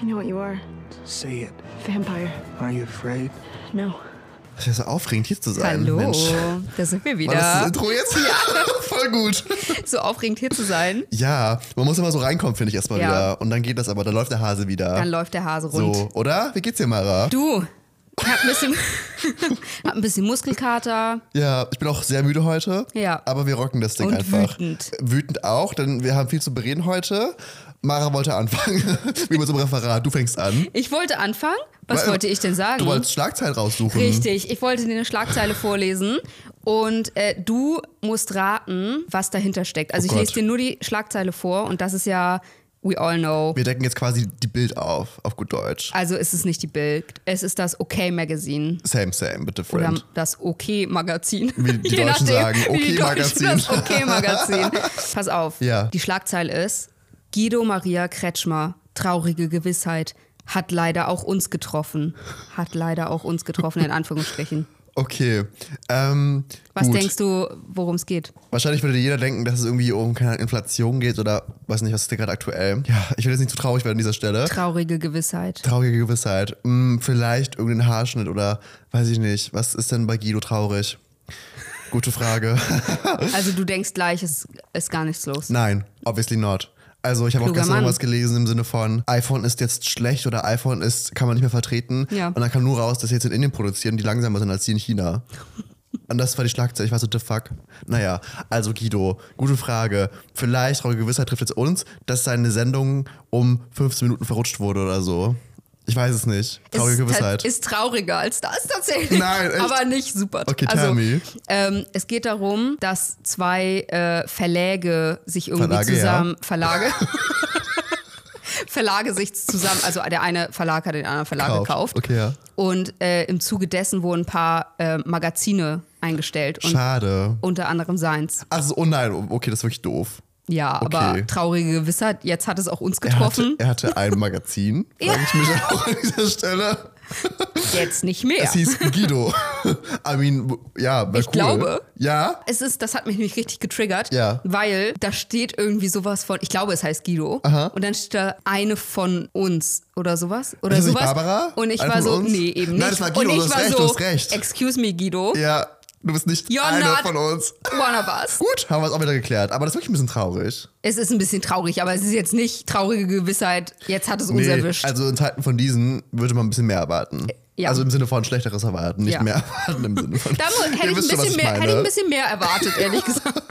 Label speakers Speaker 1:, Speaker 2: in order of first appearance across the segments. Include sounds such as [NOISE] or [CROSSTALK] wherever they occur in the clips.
Speaker 1: I know what you are.
Speaker 2: Say it.
Speaker 1: Vampire.
Speaker 2: Are you afraid?
Speaker 1: No.
Speaker 3: Das ist ja so aufregend, hier zu sein.
Speaker 4: Hallo,
Speaker 3: Mensch.
Speaker 4: da sind wir
Speaker 3: War das das
Speaker 4: wieder.
Speaker 3: Intro jetzt? [LAUGHS] Ja, voll gut.
Speaker 4: So aufregend hier zu sein.
Speaker 3: Ja, man muss immer so reinkommen, finde ich erstmal
Speaker 4: Ja.
Speaker 3: wieder. Und dann geht das aber, dann läuft der Hase wieder.
Speaker 4: Dann läuft der Hase rund.
Speaker 3: so, oder? Wie geht's dir, Mara?
Speaker 4: Du, ich hab ein bisschen, [LAUGHS] hab ein bisschen Muskelkater.
Speaker 3: Ja, ich bin auch sehr müde heute.
Speaker 4: Ja.
Speaker 3: Aber wir rocken das Ding
Speaker 4: Und
Speaker 3: einfach.
Speaker 4: wütend.
Speaker 3: Wütend auch, denn wir haben viel zu bereden heute. Mara wollte anfangen. [LAUGHS] Wie mit so einem Referat. Du fängst an.
Speaker 4: Ich wollte anfangen. Was
Speaker 3: Weil-
Speaker 4: wollte ich denn sagen?
Speaker 3: Du wolltest Schlagzeilen raussuchen.
Speaker 4: Richtig, ich wollte dir eine Schlagzeile vorlesen und äh, du musst raten, was dahinter steckt. Also
Speaker 3: Oh
Speaker 4: ich
Speaker 3: Gott.
Speaker 4: lese dir nur die Schlagzeile vor und das ist ja, we all know.
Speaker 3: Wir decken jetzt quasi die Bild auf, auf gut Deutsch.
Speaker 4: Also ist es nicht die Bild, es ist das OK Magazine.
Speaker 3: Same, same, bitte,
Speaker 4: Oder
Speaker 3: Friend.
Speaker 4: das OK-Magazin.
Speaker 3: Wie
Speaker 4: [LAUGHS]
Speaker 3: die Deutschen sagen,
Speaker 4: wie die
Speaker 3: OK-Magazin.
Speaker 4: Deutschen Das OK-Magazin. Pass auf.
Speaker 3: Ja.
Speaker 4: Die Schlagzeile ist: Guido Maria Kretschmer, traurige Gewissheit, hat leider auch uns getroffen. Hat leider auch uns getroffen, in Anführungsstrichen.
Speaker 3: Okay. Ähm,
Speaker 4: Was
Speaker 3: gut.
Speaker 4: denkst du, worum es geht?
Speaker 3: Wahrscheinlich würde jeder denken, dass es irgendwie um keine Ahnung, Inflation geht oder weiß nicht, was ist denn gerade aktuell. Ja, ich will jetzt nicht zu traurig werden an dieser Stelle.
Speaker 4: Traurige Gewissheit.
Speaker 3: Traurige Gewissheit. Hm, vielleicht irgendein Haarschnitt oder weiß ich nicht. Was ist denn bei Guido traurig? Gute Frage.
Speaker 4: Also, du denkst gleich, es ist gar nichts los.
Speaker 3: Nein, obviously not. Also ich habe auch
Speaker 4: Kluger
Speaker 3: gestern noch
Speaker 4: Mann.
Speaker 3: was gelesen im Sinne von iPhone ist jetzt schlecht oder iPhone ist kann man nicht mehr vertreten.
Speaker 4: Ja.
Speaker 3: Und dann kam nur raus, dass sie jetzt in Indien produzieren, die langsamer sind als die in China. Und das war die Schlagzeile. Ich war so, the fuck. Naja, also Guido, gute Frage. Vielleicht, traurige Gewissheit trifft jetzt uns, dass seine Sendung um 15 Minuten verrutscht wurde oder so. Ich weiß es nicht. Traurige
Speaker 4: ist, halt
Speaker 3: Gewissheit.
Speaker 4: Ist trauriger als das tatsächlich.
Speaker 3: Nein, echt?
Speaker 4: Aber nicht super.
Speaker 3: Okay, tell
Speaker 4: also,
Speaker 3: me.
Speaker 4: Ähm, es geht darum, dass zwei äh, Verläge sich irgendwie
Speaker 3: Verlage, ja.
Speaker 4: zusammen. Verlage. [LAUGHS] Verlage sich zusammen, also der eine Verlag hat den anderen Verlag
Speaker 3: Kauft.
Speaker 4: gekauft.
Speaker 3: Okay, ja.
Speaker 4: Und äh, im Zuge dessen wurden ein paar äh, Magazine eingestellt. Und
Speaker 3: Schade.
Speaker 4: unter anderem seins.
Speaker 3: Ach so, oh nein, okay, das ist wirklich doof.
Speaker 4: Ja,
Speaker 3: Okay.
Speaker 4: aber traurige Gewissheit, jetzt hat es auch uns
Speaker 3: Er hatte,
Speaker 4: getroffen.
Speaker 3: er hatte ein
Speaker 4: [LAUGHS]
Speaker 3: Magazin, sage ich mich auch an dieser Stelle.
Speaker 4: Jetzt nicht mehr.
Speaker 3: Es hieß
Speaker 4: [LAUGHS]
Speaker 3: Guido. I mean, ja, war
Speaker 4: Ich
Speaker 3: cool.
Speaker 4: glaube.
Speaker 3: Ja,
Speaker 4: Es ist, das hat mich nämlich richtig getriggert,
Speaker 3: Ja.
Speaker 4: weil da steht irgendwie sowas von, ich glaube, es heißt Guido. Und dann steht da eine von uns oder sowas. Oder
Speaker 3: Ist das Also nicht
Speaker 4: sowas.
Speaker 3: Barbara?
Speaker 4: Und ich
Speaker 3: Eine
Speaker 4: war
Speaker 3: von
Speaker 4: so,
Speaker 3: uns?
Speaker 4: nee, eben nicht.
Speaker 3: Nein, das war Guido,
Speaker 4: und
Speaker 3: du
Speaker 4: ich
Speaker 3: hast
Speaker 4: war
Speaker 3: recht,
Speaker 4: so,
Speaker 3: du hast recht.
Speaker 4: Excuse me, Guido.
Speaker 3: ja, du bist nicht
Speaker 4: You're
Speaker 3: einer
Speaker 4: not-
Speaker 3: von uns.
Speaker 4: One of us.
Speaker 3: Gut, haben wir es auch wieder geklärt. Aber das ist wirklich ein bisschen traurig.
Speaker 4: Es ist ein bisschen traurig, aber es ist jetzt nicht traurige Gewissheit, jetzt hat es uns erwischt.
Speaker 3: also in Zeiten von diesen würde man ein bisschen mehr erwarten.
Speaker 4: Ja.
Speaker 3: Also im Sinne von schlechteres erwarten, nicht
Speaker 4: Ja.
Speaker 3: mehr erwarten im Sinne von.
Speaker 4: da mu-
Speaker 3: [LAUGHS] Ihr
Speaker 4: hätte ich, ein
Speaker 3: wisst schon, was
Speaker 4: bisschen mehr,
Speaker 3: meine.
Speaker 4: hätte ich ein bisschen mehr erwartet,
Speaker 3: [LAUGHS]
Speaker 4: ehrlich gesagt.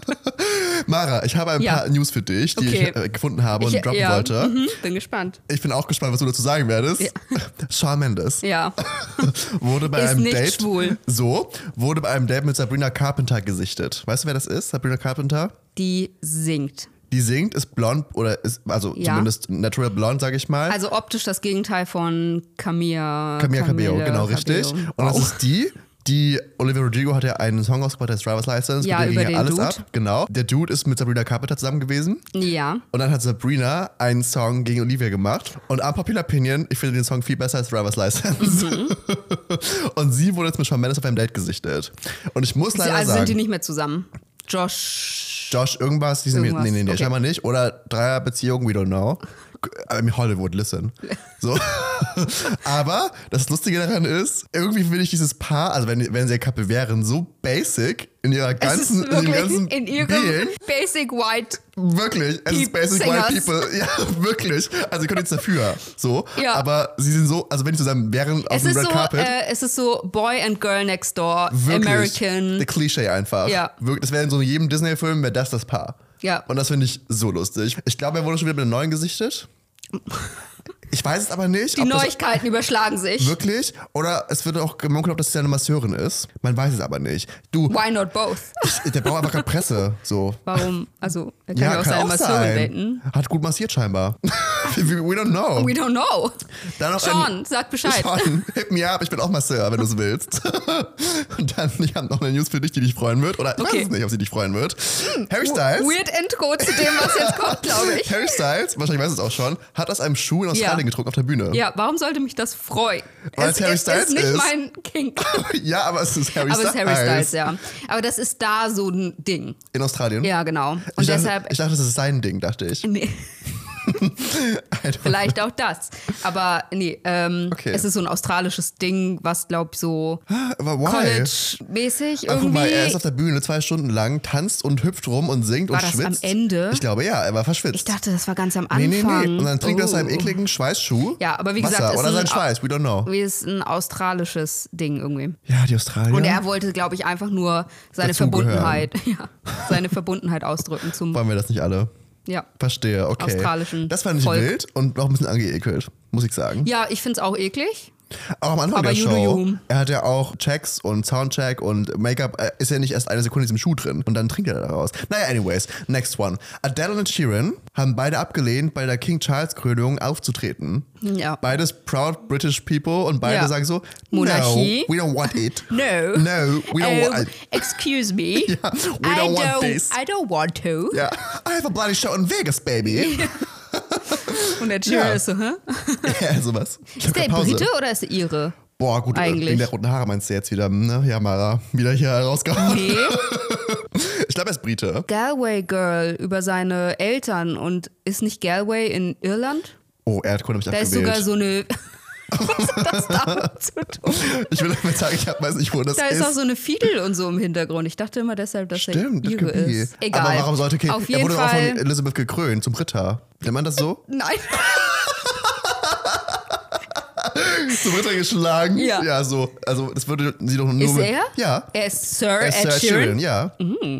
Speaker 3: Mara, ich habe ein
Speaker 4: Ja.
Speaker 3: paar News für dich, die ich
Speaker 4: Okay.
Speaker 3: äh, gefunden habe und
Speaker 4: ich,
Speaker 3: droppen
Speaker 4: ja,
Speaker 3: wollte.
Speaker 4: mhm, bin gespannt.
Speaker 3: Ich bin auch gespannt, was du dazu sagen werdest.
Speaker 4: Ja.
Speaker 3: [LAUGHS] Shawn Mendes
Speaker 4: Ja.
Speaker 3: [LAUGHS] wurde bei
Speaker 4: Ist
Speaker 3: einem
Speaker 4: nicht
Speaker 3: Date
Speaker 4: schwul.
Speaker 3: so wurde bei einem Date mit Sabrina Carpenter gesichtet. Weißt du, wer das ist? Sabrina Carpenter?
Speaker 4: Die singt.
Speaker 3: Die singt, ist blond oder ist also
Speaker 4: Ja.
Speaker 3: zumindest natural blond, sage ich mal.
Speaker 4: Also optisch das Gegenteil von Camilla.
Speaker 3: Camila Cabello,
Speaker 4: Camille
Speaker 3: genau richtig.
Speaker 4: Cabello.
Speaker 3: Und das
Speaker 4: Wow.
Speaker 3: ist die, die Olivia Rodrigo hat ja einen Song ausgebracht, der heißt Driver's License.
Speaker 4: Ja,
Speaker 3: mit dem
Speaker 4: über
Speaker 3: ging
Speaker 4: den
Speaker 3: alles
Speaker 4: Dude.
Speaker 3: ab. Genau. Der Dude ist mit Sabrina Carpenter zusammen gewesen.
Speaker 4: Ja.
Speaker 3: Und dann hat Sabrina einen Song gegen Olivia gemacht. Und unpopular opinion, ich finde den Song viel besser als Driver's License.
Speaker 4: Mhm.
Speaker 3: [LAUGHS] und sie wurde jetzt mit Shawn Mendes auf einem Date gesichtet. Und ich muss
Speaker 4: Sie,
Speaker 3: leider
Speaker 4: also sind die
Speaker 3: sagen,
Speaker 4: nicht mehr zusammen. Josh.
Speaker 3: Josh, irgendwas, die sind
Speaker 4: Irgendwas,
Speaker 3: mir, nee, nee, nee,
Speaker 4: okay.
Speaker 3: scheinbar nicht. Oder Dreierbeziehung, we don't know. I mean, Hollywood,
Speaker 4: [LAUGHS]
Speaker 3: listen. So. Aber das Lustige daran ist, irgendwie finde ich dieses Paar, also wenn, wenn sie ein Couple wären, so basic in ihrer ganzen,
Speaker 4: es ist
Speaker 3: in ihrem
Speaker 4: wirklich
Speaker 3: ganzen
Speaker 4: in ihrem
Speaker 3: Wesen.
Speaker 4: Basic White.
Speaker 3: Wirklich, es ist
Speaker 4: Peep-
Speaker 3: basic white
Speaker 4: Singers.
Speaker 3: people. [LAUGHS] Ja, wirklich. Also ihr könnt jetzt dafür. So.
Speaker 4: Ja.
Speaker 3: Aber sie sind so, also wenn die zusammen wären auf
Speaker 4: Es
Speaker 3: dem
Speaker 4: ist,
Speaker 3: Red
Speaker 4: so,
Speaker 3: Carpet.
Speaker 4: äh, es ist so Boy and Girl Next Door,
Speaker 3: Wirklich.
Speaker 4: American.
Speaker 3: Der Klischee einfach.
Speaker 4: Ja.
Speaker 3: Wirklich, das wäre in so jedem Disney-Film, wäre das das Paar.
Speaker 4: Ja.
Speaker 3: Und das finde ich so lustig. Ich glaube, er wurde schon wieder mit einem neuen gesichtet. Ich weiß es aber nicht.
Speaker 4: Die
Speaker 3: ob das
Speaker 4: Neuigkeiten überschlagen sich.
Speaker 3: wirklich? Oder es wird auch gemunkelt, ob das eine Masseurin ist. Man weiß es aber nicht. Du,
Speaker 4: Why not both?
Speaker 3: ich, der braucht einfach gerade Presse. So.
Speaker 4: Warum? Also, er kann ja, auch seine Masseurin daten.
Speaker 3: Hat gut massiert
Speaker 4: [LAUGHS]
Speaker 3: scheinbar. We don't know.
Speaker 4: We don't know.
Speaker 3: Dann noch
Speaker 4: Sean,
Speaker 3: ein-
Speaker 4: sag Bescheid.
Speaker 3: Sean, hit me up, ich bin auch Masseur, wenn du es
Speaker 4: [LAUGHS]
Speaker 3: willst. Und dann, ich habe noch eine News für dich, die dich freuen wird. Oder ich
Speaker 4: Okay. Hm,
Speaker 3: weiß es nicht, ob sie dich freuen wird. Harry Styles.
Speaker 4: Weird Intro zu dem, was jetzt kommt, glaube
Speaker 3: [LAUGHS]
Speaker 4: ich.
Speaker 3: Harry Styles, wahrscheinlich weiß es auch schon, hat aus einem Schuh in Australien
Speaker 4: Ja.
Speaker 3: getrunken auf der Bühne.
Speaker 4: Ja, warum sollte mich das freuen?
Speaker 3: Weil
Speaker 4: es
Speaker 3: es Harry
Speaker 4: ist,
Speaker 3: Styles
Speaker 4: ist nicht
Speaker 3: ist.
Speaker 4: mein King.
Speaker 3: [LAUGHS] Ja, aber es ist Harry
Speaker 4: Aber es
Speaker 3: Styles.
Speaker 4: ist Harry Styles, ja. Aber das ist da so ein Ding.
Speaker 3: In Australien.
Speaker 4: Ja, genau. Und
Speaker 3: ich dachte,
Speaker 4: deshalb.
Speaker 3: Ich dachte, das ist sein Ding, dachte ich.
Speaker 4: nee.
Speaker 3: I don't
Speaker 4: Vielleicht auch das. Aber nee, ähm,
Speaker 3: Okay.
Speaker 4: es ist so ein australisches Ding, was glaub so
Speaker 3: know. Aber why?
Speaker 4: College-mäßig
Speaker 3: Ach, guck mal,
Speaker 4: irgendwie.
Speaker 3: er ist auf der Bühne zwei Stunden lang, tanzt und hüpft rum und singt
Speaker 4: War
Speaker 3: und
Speaker 4: das am
Speaker 3: schwitzt.
Speaker 4: Ende?
Speaker 3: Ich glaube ja, er war verschwitzt.
Speaker 4: ich dachte, das war ganz am
Speaker 3: nee,
Speaker 4: Anfang.
Speaker 3: nee, nee. Und dann trinkt er
Speaker 4: Oh.
Speaker 3: seinen ekligen Schweißschuh.
Speaker 4: Ja, aber wie gesagt,
Speaker 3: Wasser
Speaker 4: ist
Speaker 3: oder
Speaker 4: ein-
Speaker 3: sein Schweiß, we don't know.
Speaker 4: Wie ist ein australisches Ding irgendwie.
Speaker 3: Ja, die Australier.
Speaker 4: Und er wollte, glaube ich, einfach nur seine
Speaker 3: Dazugehören.
Speaker 4: Verbundenheit, [LAUGHS] ja, seine Verbundenheit ausdrücken zum,
Speaker 3: Wollen wir das nicht alle?
Speaker 4: ja.
Speaker 3: Verstehe, okay.
Speaker 4: Australischen
Speaker 3: das fand ich
Speaker 4: Volk.
Speaker 3: wild und auch ein bisschen angeekelt, muss ich sagen.
Speaker 4: Ja, ich finde es auch eklig.
Speaker 3: Auch am Anfang
Speaker 4: Aber
Speaker 3: der
Speaker 4: you do
Speaker 3: Show.
Speaker 4: you.
Speaker 3: Er hat ja auch Checks und Soundcheck und Make-up. äh, Ist ja nicht erst eine Sekunde in diesem Schuh drin und dann trinkt er daraus. Naja, anyways, next one. Adele und Sheeran haben beide abgelehnt, bei der King Charles Krönung aufzutreten.
Speaker 4: Ja.
Speaker 3: Beides proud British people und beide
Speaker 4: Ja.
Speaker 3: sagen so:
Speaker 4: Monarchie.
Speaker 3: No, we don't want it.
Speaker 4: No.
Speaker 3: No, we don't
Speaker 4: Oh,
Speaker 3: want it. [LAUGHS]
Speaker 4: excuse me.
Speaker 3: Yeah, we
Speaker 4: I
Speaker 3: don't
Speaker 4: don't,
Speaker 3: want this.
Speaker 4: I don't want to.
Speaker 3: Ja, I have a bloody show in Vegas, baby.
Speaker 4: Und der Cheerer
Speaker 3: Ja.
Speaker 4: ist so, hä?
Speaker 3: [LAUGHS] ja, sowas. Ich hab
Speaker 4: Ist der
Speaker 3: grad Pause.
Speaker 4: Brite oder ist der Ire?
Speaker 3: Boah, gut,
Speaker 4: Eigentlich.
Speaker 3: wegen der roten Haare meinst du jetzt wieder, ne? Ja, Mara, wieder hier rausgehauen.
Speaker 4: Nee.
Speaker 3: Ich glaube, er ist Brite.
Speaker 4: Galway Girl über seine Eltern und ist nicht Galway in Irland?
Speaker 3: Oh, Erdkunde habe ich
Speaker 4: Da ist
Speaker 3: abgewählt.
Speaker 4: sogar so eine. [LAUGHS] Was hat das damit zu tun?
Speaker 3: Ich will damit sagen, ich hab- weiß nicht, wo das
Speaker 4: Da
Speaker 3: ist.
Speaker 4: ist auch so eine Fiedel und so im Hintergrund. Ich dachte immer deshalb, dass
Speaker 3: Stimmt, das
Speaker 4: er Ire
Speaker 3: could be.
Speaker 4: ist. Egal.
Speaker 3: Aber warum sollte King, er
Speaker 4: Auf jeden
Speaker 3: wurde auch von
Speaker 4: Fall.
Speaker 3: Elizabeth gekrönt zum Ritter. Nennt man das
Speaker 4: [LAUGHS]
Speaker 3: so?
Speaker 4: Nein.
Speaker 3: zum Ritter geschlagen?
Speaker 4: Ja.
Speaker 3: Ja, so. Also, das würde sie doch nur
Speaker 4: Ist
Speaker 3: mit,
Speaker 4: er?
Speaker 3: Ja.
Speaker 4: Er ist Sir
Speaker 3: Er
Speaker 4: Ed,
Speaker 3: ist Sir
Speaker 4: Sheeran. Mm.
Speaker 3: ja.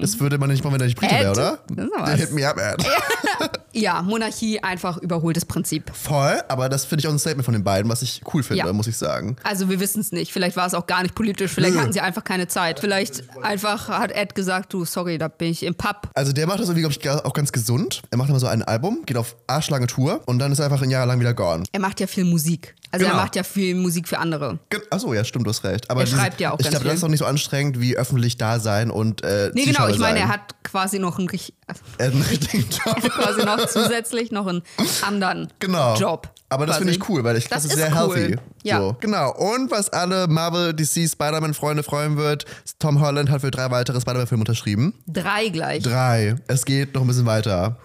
Speaker 3: Das würde man nicht machen, wenn er nicht Brite
Speaker 4: Ed?
Speaker 3: wäre, oder?
Speaker 4: Das ist aber
Speaker 3: Der
Speaker 4: was.
Speaker 3: hit me up, Ed.
Speaker 4: Ja, Monarchie einfach überholtes Prinzip.
Speaker 3: [LAUGHS] Voll, aber das finde ich auch ein Statement von den beiden, was ich cool finde,
Speaker 4: Ja.
Speaker 3: muss ich sagen.
Speaker 4: Also wir wissen es nicht. Vielleicht war es auch gar nicht politisch. Vielleicht hatten sie einfach keine Zeit. Vielleicht einfach hat Ed gesagt, du, sorry, da bin ich im Pub.
Speaker 3: Also der macht das irgendwie, glaube ich, ga- auch ganz gesund. Er macht immer so ein Album, geht auf arschlange Tour und dann ist er einfach ein Jahr lang wieder gone.
Speaker 4: Er macht ja viel Musik. Also
Speaker 3: Genau.
Speaker 4: er macht ja viel Musik für andere.
Speaker 3: Ge- Achso, ja, stimmt, du hast recht. Aber
Speaker 4: Er schreibt ja auch
Speaker 3: Ich
Speaker 4: ganz
Speaker 3: glaube, das
Speaker 4: viel.
Speaker 3: ist auch nicht so anstrengend wie öffentlich da sein und äh,
Speaker 4: Nee, genau.
Speaker 3: Zuschauer
Speaker 4: Ich meine,
Speaker 3: sein.
Speaker 4: er hat quasi noch einen, [LAUGHS] richt-
Speaker 3: Er hat einen
Speaker 4: [LAUGHS]
Speaker 3: richtigen Job. [LAUGHS]
Speaker 4: quasi noch zusätzlich noch einen anderen
Speaker 3: Genau.
Speaker 4: Job.
Speaker 3: Aber das finde
Speaker 4: quasi.
Speaker 3: ich cool, weil ich
Speaker 4: Das
Speaker 3: das, ist
Speaker 4: ist
Speaker 3: sehr
Speaker 4: cool.
Speaker 3: healthy.
Speaker 4: Ja.
Speaker 3: So. Genau. Und was alle Marvel, DC, Spider-Man-Freunde freuen wird, Tom Holland hat für drei weitere Spider-Man-Filme unterschrieben.
Speaker 4: Drei gleich.
Speaker 3: Drei. Es geht noch ein bisschen weiter.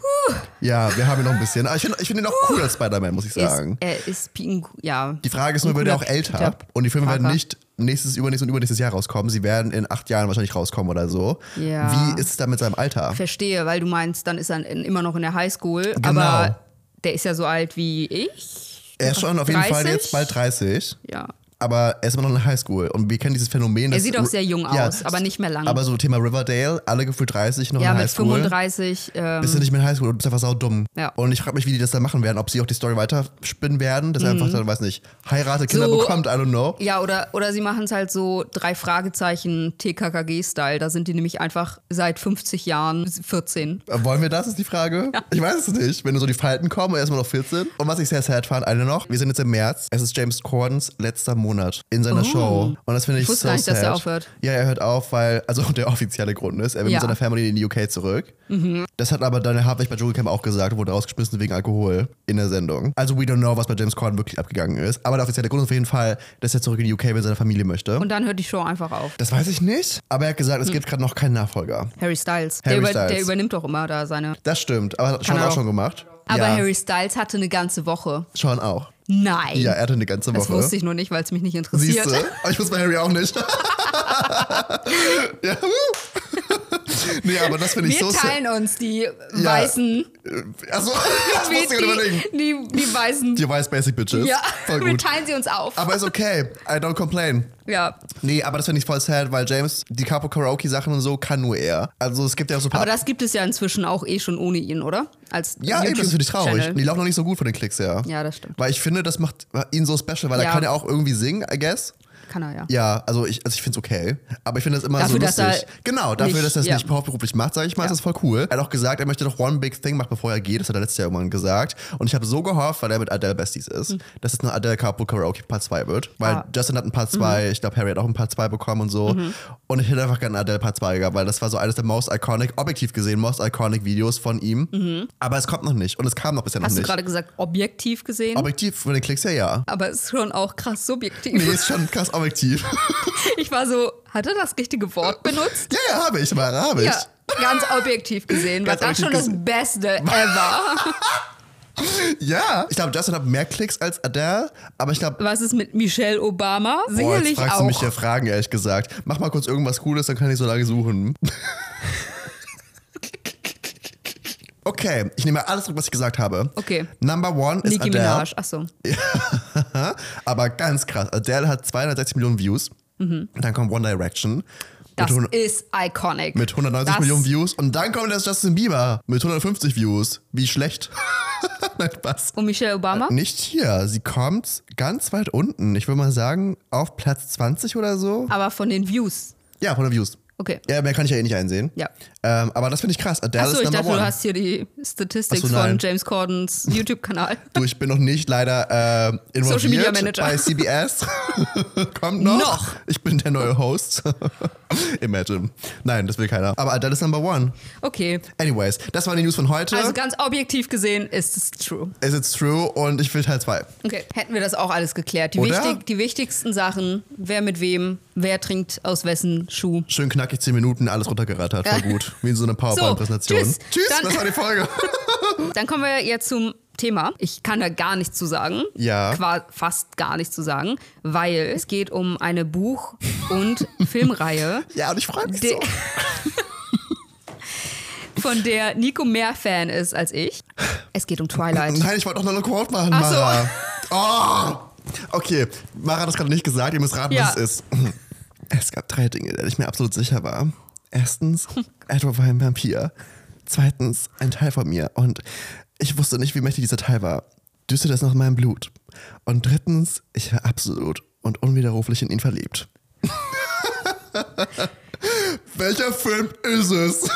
Speaker 3: Ja, wir haben ihn noch ein bisschen. Aber ich finde ich find ihn auch cool als Spider-Man, muss ich sagen.
Speaker 4: Ist, er ist Pink, ja.
Speaker 3: Die Frage ist nur,
Speaker 4: Ein
Speaker 3: wird er auch
Speaker 4: cooler
Speaker 3: älter?
Speaker 4: Peter
Speaker 3: Und die Filme werden
Speaker 4: Parker.
Speaker 3: nicht nächstes, übernächstes und übernächstes Jahr rauskommen. Sie werden in acht Jahren wahrscheinlich rauskommen oder so.
Speaker 4: Ja.
Speaker 3: Wie ist es da mit seinem Alter?
Speaker 4: Verstehe, weil du meinst, dann ist er in- immer noch in der Highschool.
Speaker 3: Genau.
Speaker 4: Aber der ist ja so alt wie ich.
Speaker 3: Er ist schon auf jeden Fall
Speaker 4: 30?
Speaker 3: jetzt bald 30.
Speaker 4: Ja.
Speaker 3: Aber er ist immer noch in der Highschool. Und wir kennen dieses Phänomen.
Speaker 4: Er
Speaker 3: dass-
Speaker 4: sieht auch sehr jung
Speaker 3: Ja,
Speaker 4: aus, aber nicht mehr lange.
Speaker 3: Aber so Thema Riverdale, alle gefühlt 30, noch
Speaker 4: ja,
Speaker 3: in der
Speaker 4: mit
Speaker 3: Highschool.
Speaker 4: 35. Ähm,
Speaker 3: Bist du nicht mehr in der Highschool und bist einfach saudumm.
Speaker 4: Ja.
Speaker 3: Und ich frage mich, wie die das dann machen werden. Ob sie auch die Story weiterspinnen werden, dass er einfach dann, weiß nicht, heiratet, Kinder
Speaker 4: Mhm. So-
Speaker 3: bekommt, I don't know.
Speaker 4: ja, oder, oder sie machen es halt so drei Fragezeichen TKKG-Style. Da sind die nämlich einfach seit 50 Jahren 14.
Speaker 3: Äh, Wollen wir das, ist die Frage? Ich weiß es nicht. Wenn nur so die Falten kommen und erstmal noch 14. Und was ich sehr sad fand, eine noch. Wir sind jetzt im März. Es ist James Cordens letzter Monat in seiner Show. Und das finde ich,
Speaker 4: Oh. Ich wusste
Speaker 3: so
Speaker 4: gar nicht,
Speaker 3: sad.
Speaker 4: dass er aufhört.
Speaker 3: Ja, er hört auf, weil, also [LAUGHS] der offizielle Grund ist, er will
Speaker 4: Ja.
Speaker 3: mit
Speaker 4: Mhm.
Speaker 3: seiner Family in die UK zurück. Das hat aber dann Hartwig bei Dschungelcamp auch gesagt und wurde rausgeschmissen wegen Alkohol in der Sendung. Also we don't know, was bei James Corden wirklich abgegangen ist. Aber der offizielle Grund ist auf jeden Fall, dass er zurück in die UK mit seiner Familie möchte.
Speaker 4: Und Hm. dann hört die Show einfach auf.
Speaker 3: das weiß ich nicht, aber er hat gesagt, es gibt gerade noch keinen Nachfolger.
Speaker 4: Harry Styles.
Speaker 3: Harry
Speaker 4: der, über,
Speaker 3: Styles.
Speaker 4: der übernimmt doch immer da seine.
Speaker 3: Das stimmt, aber schon
Speaker 4: er
Speaker 3: auch
Speaker 4: auch.
Speaker 3: schon gemacht.
Speaker 4: Aber
Speaker 3: ja.
Speaker 4: Harry Styles hatte eine ganze Woche.
Speaker 3: Schon auch.
Speaker 4: Nein.
Speaker 3: Ja, er hatte eine ganze
Speaker 4: das
Speaker 3: Woche.
Speaker 4: wusste ich nur nicht, weil es mich nicht interessiert.
Speaker 3: Siehst du? Aber ich wusste bei Harry auch nicht. ja. Nee, aber das finde ich
Speaker 4: Wir
Speaker 3: so sad.
Speaker 4: teilen uns die weißen,
Speaker 3: Äh, Achso, [LAUGHS] das
Speaker 4: die,
Speaker 3: musste ich mir überlegen.
Speaker 4: die, die weißen,
Speaker 3: Die weiß Basic Bitches.
Speaker 4: ja,
Speaker 3: Voll
Speaker 4: [LAUGHS] wir
Speaker 3: gut.
Speaker 4: teilen sie uns auf.
Speaker 3: Aber ist okay. I don't complain.
Speaker 4: ja.
Speaker 3: Nee, aber das finde ich voll sad, weil James die Capo Karaoke Sachen und so kann nur er. Also es gibt ja auch so ein paar.
Speaker 4: Aber das gibt es ja inzwischen auch eh schon ohne ihn, oder? Als
Speaker 3: ja, eben, das finde ich traurig.
Speaker 4: YouTube-Channel.
Speaker 3: Die laufen noch nicht so gut von den Klicks her.
Speaker 4: Ja, das stimmt.
Speaker 3: Weil ich finde, das macht ihn so special, weil er
Speaker 4: Ja.
Speaker 3: kann ja auch irgendwie singen, I guess.
Speaker 4: Kann er ja.
Speaker 3: Ja, also ich, also ich finde es okay. Aber ich finde das immer so
Speaker 4: Dafür,
Speaker 3: lustig.
Speaker 4: dass er
Speaker 3: genau, dafür,
Speaker 4: nicht-
Speaker 3: dass er es
Speaker 4: ja.
Speaker 3: nicht hauptberuflich macht, sage ich mal,
Speaker 4: Ja.
Speaker 3: ist das voll cool. Er hat auch gesagt, er möchte noch One Big Thing machen, bevor er geht. Das hat er letztes Jahr irgendwann gesagt. Und ich habe so gehofft, weil er mit Adele Besties ist, dass es eine Adele Carpool Karaoke Part 2 wird. Weil
Speaker 4: Hm. Ah. Mhm.
Speaker 3: Justin hat ein Part 2, ich glaube, Harry hat auch ein Part 2 bekommen und so. Und ich hätte einfach gerne Adele Part 2 gehabt, weil das war so eines der most iconic, objektiv gesehen, most iconic Videos von ihm. Aber es kommt noch nicht. Und es kam noch bisher
Speaker 4: Mhm. Hast
Speaker 3: noch
Speaker 4: du
Speaker 3: nicht.
Speaker 4: gerade gesagt, objektiv gesehen? Ah.
Speaker 3: Objektiv, wenn du klickst, ja, ja.
Speaker 4: aber es ist schon auch krass subjektiv.
Speaker 3: Nee, ist schon krass objektiv.
Speaker 4: [LAUGHS] Ich war so, hat er das richtige Wort benutzt?
Speaker 3: ja, ja, habe ich, mal habe ich.
Speaker 4: Ja, ganz objektiv gesehen. War
Speaker 3: Ganz
Speaker 4: das schon
Speaker 3: objektiv [LAUGHS]
Speaker 4: das Beste ever?
Speaker 3: Ja, ich glaube, Justin hat mehr Klicks als Adele, aber ich glaube,
Speaker 4: Was ist mit Michelle Obama?
Speaker 3: boah, jetzt
Speaker 4: Sicherlich
Speaker 3: fragst
Speaker 4: auch.
Speaker 3: du mich ja Fragen, ehrlich gesagt. Mach mal kurz irgendwas Cooles, dann kann ich so lange
Speaker 4: [LAUGHS]
Speaker 3: suchen. Okay, ich nehme alles zurück, was ich gesagt habe.
Speaker 4: Okay.
Speaker 3: Number one ist
Speaker 4: Nicki
Speaker 3: Adele.
Speaker 4: Minaj, achso.
Speaker 3: Aber ganz krass. Adele hat 260 Millionen Views. Dann kommt One Direction.
Speaker 4: Mhm. Das
Speaker 3: mit, hun-
Speaker 4: ist iconic.
Speaker 3: mit 190
Speaker 4: das,
Speaker 3: Millionen Views. Und dann kommt das Justin Bieber mit 150 Views. Wie schlecht. Nein, Spaß.
Speaker 4: Und um Michelle Obama?
Speaker 3: Nicht hier. Sie kommt ganz weit unten. Ich würde mal sagen, auf Platz 20 oder so.
Speaker 4: Aber von den Views.
Speaker 3: Ja, 100 Views.
Speaker 4: Ah. Okay.
Speaker 3: Ja, mehr kann ich ja eh nicht einsehen.
Speaker 4: Ja.
Speaker 3: Ähm, aber das finde ich krass. Adele
Speaker 4: Achso,
Speaker 3: ist
Speaker 4: ich
Speaker 3: Number
Speaker 4: dachte,
Speaker 3: One.
Speaker 4: du hast hier die Statistics
Speaker 3: Ach so, nein.
Speaker 4: von
Speaker 3: [LAUGHS]
Speaker 4: James Cordens YouTube-Kanal.
Speaker 3: Du, ich bin noch nicht leider ähm, involviert
Speaker 4: Social Media Manager.
Speaker 3: bei
Speaker 4: [LAUGHS]
Speaker 3: CBS. Kommt noch.
Speaker 4: Noch.
Speaker 3: Ich bin der neue Host. [LAUGHS] Imagine. Nein, das will keiner. Aber Adele ist Number One.
Speaker 4: Okay.
Speaker 3: Anyways, das waren die News von heute.
Speaker 4: Also ganz objektiv gesehen ist es true.
Speaker 3: Is it's true und ich will Teil 2.
Speaker 4: Okay, hätten wir das auch alles geklärt. Die,
Speaker 3: Oder?
Speaker 4: wichtig, die wichtigsten Sachen, wer mit wem, wer trinkt aus wessen
Speaker 3: [LAUGHS]
Speaker 4: Schuh.
Speaker 3: Schön knackig 10 Minuten, alles runtergerattert. Voll
Speaker 4: Ja.
Speaker 3: gut. Wie in so einer PowerPoint-Präsentation.
Speaker 4: tschüss.
Speaker 3: tschüss
Speaker 4: Dann-
Speaker 3: das war die
Speaker 4: [LAUGHS]
Speaker 3: Folge.
Speaker 4: Dann kommen wir jetzt zum Thema. Ich kann da gar nichts zu sagen.
Speaker 3: Ja.
Speaker 4: Qua fast gar nichts zu sagen, weil es geht um eine Buch- und [LAUGHS] Filmreihe,
Speaker 3: ja, und ich freue mich
Speaker 4: De- [LAUGHS]
Speaker 3: so.
Speaker 4: von der Nico mehr Fan ist als ich. Es geht um Twilight.
Speaker 3: [LAUGHS] Nein, ich wollte doch noch eine Quote machen,
Speaker 4: Ach so.
Speaker 3: Mara. Oh! Okay, Mara hat das gerade nicht gesagt, ihr müsst raten,
Speaker 4: Ja.
Speaker 3: was es ist. [CLEARS THROAT] Es gab drei Dinge, der ich mir absolut sicher war.
Speaker 4: [LAUGHS]
Speaker 3: Erstens, Edward war ein Vampir. Zweitens, ein Teil von mir. Und ich wusste nicht, wie mächtig dieser Teil war. Düste das noch in meinem Blut. Und drittens, ich war absolut und unwiderruflich in ihn verliebt. [LAUGHS] Welcher Film ist es?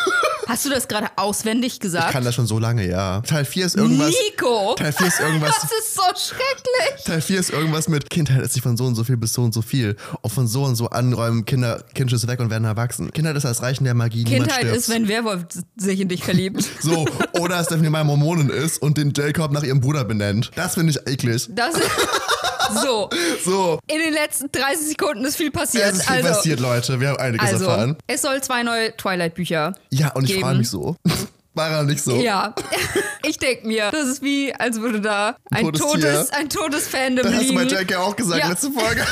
Speaker 4: Hast du das gerade auswendig
Speaker 3: Ich
Speaker 4: gesagt?
Speaker 3: kann das schon so lange, ja. Teil 4 ist irgendwas.
Speaker 4: Nico!
Speaker 3: Teil 4 ist irgendwas.
Speaker 4: [LAUGHS] Das ist so schrecklich.
Speaker 3: Teil 4 ist irgendwas mit Kindheit ist nicht von so und so viel bis so und so viel. Auch von so und so anräumen, Kinder, Kind ist weg und werden erwachsen. Kindheit ist das Reichen der Magie,
Speaker 4: Kindheit
Speaker 3: niemand
Speaker 4: ist,
Speaker 3: stirbt.
Speaker 4: wenn Werwolf sich in dich verliebt.
Speaker 3: so, oder dass Stephanie mal Mormonin ist und den Jacob nach ihrem Bruder benennt. Das finde ich eklig.
Speaker 4: Das
Speaker 3: [LAUGHS]
Speaker 4: so.
Speaker 3: So,
Speaker 4: In den letzten 30 Sekunden ist viel passiert.
Speaker 3: es ist viel
Speaker 4: also,
Speaker 3: passiert, Leute. Wir haben einiges
Speaker 4: also
Speaker 3: erfahren.
Speaker 4: es soll zwei neue Twilight-Bücher.
Speaker 3: Ja, und ich
Speaker 4: geben.
Speaker 3: freue mich so. [LAUGHS] War er nicht so?
Speaker 4: Ja, [LAUGHS] ich denke mir, das ist wie, als würde da ein
Speaker 3: Totes
Speaker 4: totes,
Speaker 3: Tier.
Speaker 4: ein totes Fandom
Speaker 3: Das hast du bei
Speaker 4: liegen.
Speaker 3: Jack ja auch gesagt,
Speaker 4: Ja.
Speaker 3: letzte
Speaker 4: [LAUGHS]
Speaker 3: Folge.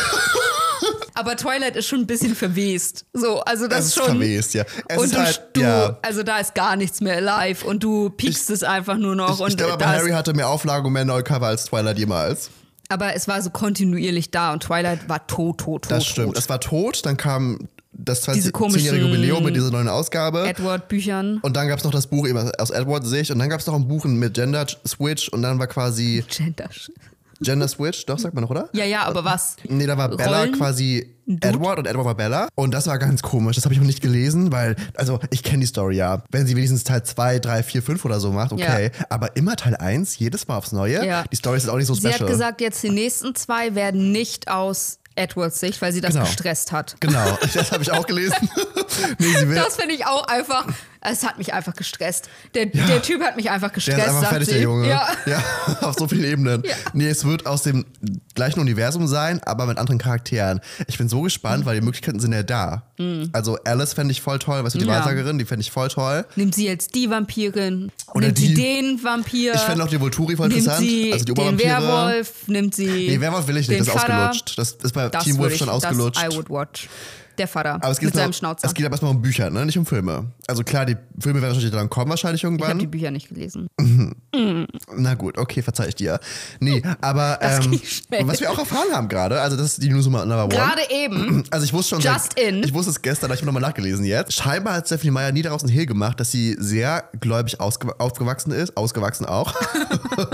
Speaker 4: Aber Twilight ist schon ein bisschen verwest. So, also das
Speaker 3: Es ist
Speaker 4: schon.
Speaker 3: verwest, ja. Es
Speaker 4: und
Speaker 3: ist
Speaker 4: du,
Speaker 3: halt,
Speaker 4: du
Speaker 3: ja.
Speaker 4: also da ist gar nichts mehr live und du piekst es einfach nur noch.
Speaker 3: Ich,
Speaker 4: und
Speaker 3: ich glaube, aber
Speaker 4: da
Speaker 3: Harry hatte mehr Auflage und mehr neue Cover als Twilight jemals.
Speaker 4: ist, aber es war so kontinuierlich da und Twilight war tot, tot, tot.
Speaker 3: Das stimmt. Es war tot, dann kam das
Speaker 4: Oh, Diese
Speaker 3: 20-jährige Jubiläum mit dieser neuen Ausgabe.
Speaker 4: Edward-Büchern.
Speaker 3: und dann gab es noch das Buch eben aus Edwards Sicht und dann gab es noch ein Buch mit Gender Switch und dann war quasi
Speaker 4: Gender.
Speaker 3: Gender Switch, doch, sagt man noch, oder?
Speaker 4: Ja, ja, aber was?
Speaker 3: Nee, da war Bella
Speaker 4: Rollen?
Speaker 3: quasi Edward und Edward war Bella. Und das war ganz komisch. Das habe ich noch nicht gelesen, weil, also ich kenne die Story ja. Wenn sie wenigstens Teil 2, 3, 4, 5 oder so macht, okay. Aber immer Teil 1, jedes Mal aufs Neue.
Speaker 4: Ja.
Speaker 3: Die Story ist auch nicht so
Speaker 4: Sie
Speaker 3: special.
Speaker 4: hat gesagt, jetzt die nächsten zwei werden nicht aus Edwards Sicht, weil sie das
Speaker 3: Genau.
Speaker 4: gestresst hat.
Speaker 3: genau, [LAUGHS] das habe ich auch gelesen. nee, sie will,
Speaker 4: Das finde ich auch einfach. Es hat mich einfach gestresst. Der, der Typ hat mich einfach
Speaker 3: Der
Speaker 4: gestresst,
Speaker 3: ist einfach
Speaker 4: sagt
Speaker 3: fertig,
Speaker 4: sie.
Speaker 3: der Junge.
Speaker 4: Ja.
Speaker 3: [LAUGHS] auf so vielen Ebenen.
Speaker 4: Ja.
Speaker 3: Nee, es wird aus dem gleichen Universum sein, aber mit anderen Charakteren. Ich bin so gespannt, weil die Möglichkeiten sind ja da. Also Alice fände ich voll toll, weißt du, die
Speaker 4: Mhm. Ja.
Speaker 3: Wahrsagerin, die fände ich voll toll.
Speaker 4: Nimmt sie jetzt die Vampirin?
Speaker 3: Oder
Speaker 4: nimmt
Speaker 3: die-
Speaker 4: sie den Vampir?
Speaker 3: Ich fände auch die Volturi voll
Speaker 4: nimmt
Speaker 3: interessant.
Speaker 4: sie
Speaker 3: also die
Speaker 4: den
Speaker 3: Obervampire.
Speaker 4: Werwolf? Nimmt sie.
Speaker 3: Nee, Werwolf will ich nicht,
Speaker 4: den
Speaker 3: das ist
Speaker 4: Vater?
Speaker 3: ausgelutscht. Das ist bei
Speaker 4: Das
Speaker 3: Team
Speaker 4: würd
Speaker 3: Wolf
Speaker 4: ich,
Speaker 3: schon ausgelutscht.
Speaker 4: Das I would watch. Der Vater.
Speaker 3: aber es geht,
Speaker 4: mit
Speaker 3: jetzt
Speaker 4: seinem
Speaker 3: noch-
Speaker 4: Schnauzer.
Speaker 3: es geht aber erstmal um Bücher, ne? nicht um Filme. Also klar, die Filme werden wahrscheinlich dann kommen, wahrscheinlich
Speaker 4: ich habe die
Speaker 3: irgendwann.
Speaker 4: Bücher nicht gelesen.
Speaker 3: Na gut, okay, verzeih ich dir. Nee, aber
Speaker 4: [LAUGHS] Das
Speaker 3: ähm,
Speaker 4: ging schnell.
Speaker 3: was wir auch erfahren haben gerade, also das ist die News Nummer Number One.
Speaker 4: Gerade eben.
Speaker 3: Also ich wusste schon,
Speaker 4: Just
Speaker 3: seit,
Speaker 4: in.
Speaker 3: ich wusste es gestern, aber ich habe nochmal nachgelesen jetzt. Scheinbar hat Stephanie Meyer nie daraus einen Hehl gemacht, dass sie sehr gläubig ausge aufgewachsen ist, ausgewachsen auch, [LAUGHS]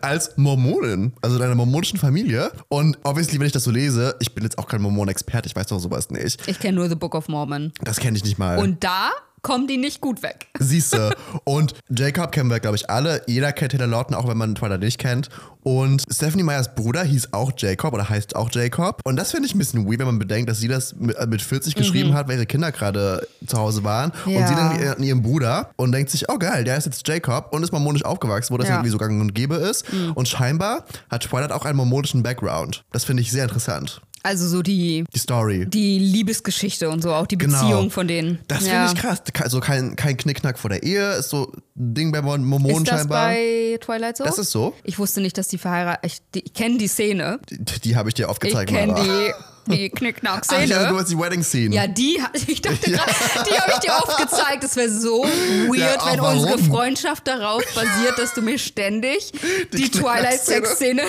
Speaker 3: als Mormonin, also in einer mormonischen Familie. Und obviously, wenn ich das so lese, ich bin jetzt auch kein Mormon-Experte, ich weiß doch sowas nicht.
Speaker 4: Ich kenne nur The Book of Mormon.
Speaker 3: Das kenne ich nicht mal.
Speaker 4: Und da kommen die nicht gut weg.
Speaker 3: Siehste. Und Jacob kennen wir, glaube ich, alle. Jeder kennt Taylor Lautner, auch wenn man Twilight nicht kennt. Und Stephanie Meyers Bruder hieß auch Jacob oder heißt auch Jacob. Und das finde ich ein bisschen weird, wenn man bedenkt, dass sie das mit, äh, mit 40 geschrieben hat, weil ihre Kinder gerade zu Hause waren. Und
Speaker 4: Mhm. Ja.
Speaker 3: sie dann an ihren Bruder und denkt sich, oh geil, der ist jetzt Jacob und ist mormonisch aufgewachsen, wo das
Speaker 4: Ja. Mhm.
Speaker 3: irgendwie so gang und gäbe ist. Und scheinbar hat Twilight auch einen mormonischen Background. Das finde ich sehr interessant.
Speaker 4: Also so die,
Speaker 3: Die Story.
Speaker 4: die Liebesgeschichte und so, auch die
Speaker 3: Genau.
Speaker 4: Beziehung von denen.
Speaker 3: Das finde
Speaker 4: ja.
Speaker 3: ich krass. Ke- So kein, kein Knickknack vor der Ehe, ist so ein Ding bei Mormonen
Speaker 4: Ist das
Speaker 3: scheinbar.
Speaker 4: bei Twilight so?
Speaker 3: Das ist so.
Speaker 4: ich wusste nicht, dass die verheiratet. Ich, die- ich kenne die Szene.
Speaker 3: Die, die habe ich dir
Speaker 4: Ich
Speaker 3: aufgezeigt,
Speaker 4: kenne
Speaker 3: Mara.
Speaker 4: die,
Speaker 3: [LAUGHS] Ach,
Speaker 4: die
Speaker 3: ich dachte, du
Speaker 4: Knickknack-Szene.
Speaker 3: meinst die Wedding-Scene.
Speaker 4: Ja, die, ha- [LAUGHS] ich dachte gerade, die habe ich dir aufgezeigt. Es wäre so weird,
Speaker 3: aber
Speaker 4: wenn unsere
Speaker 3: warum?
Speaker 4: Freundschaft darauf basiert, dass du mir ständig die,
Speaker 3: Knickknack-Szene.
Speaker 4: Twilight-Sex-Szene.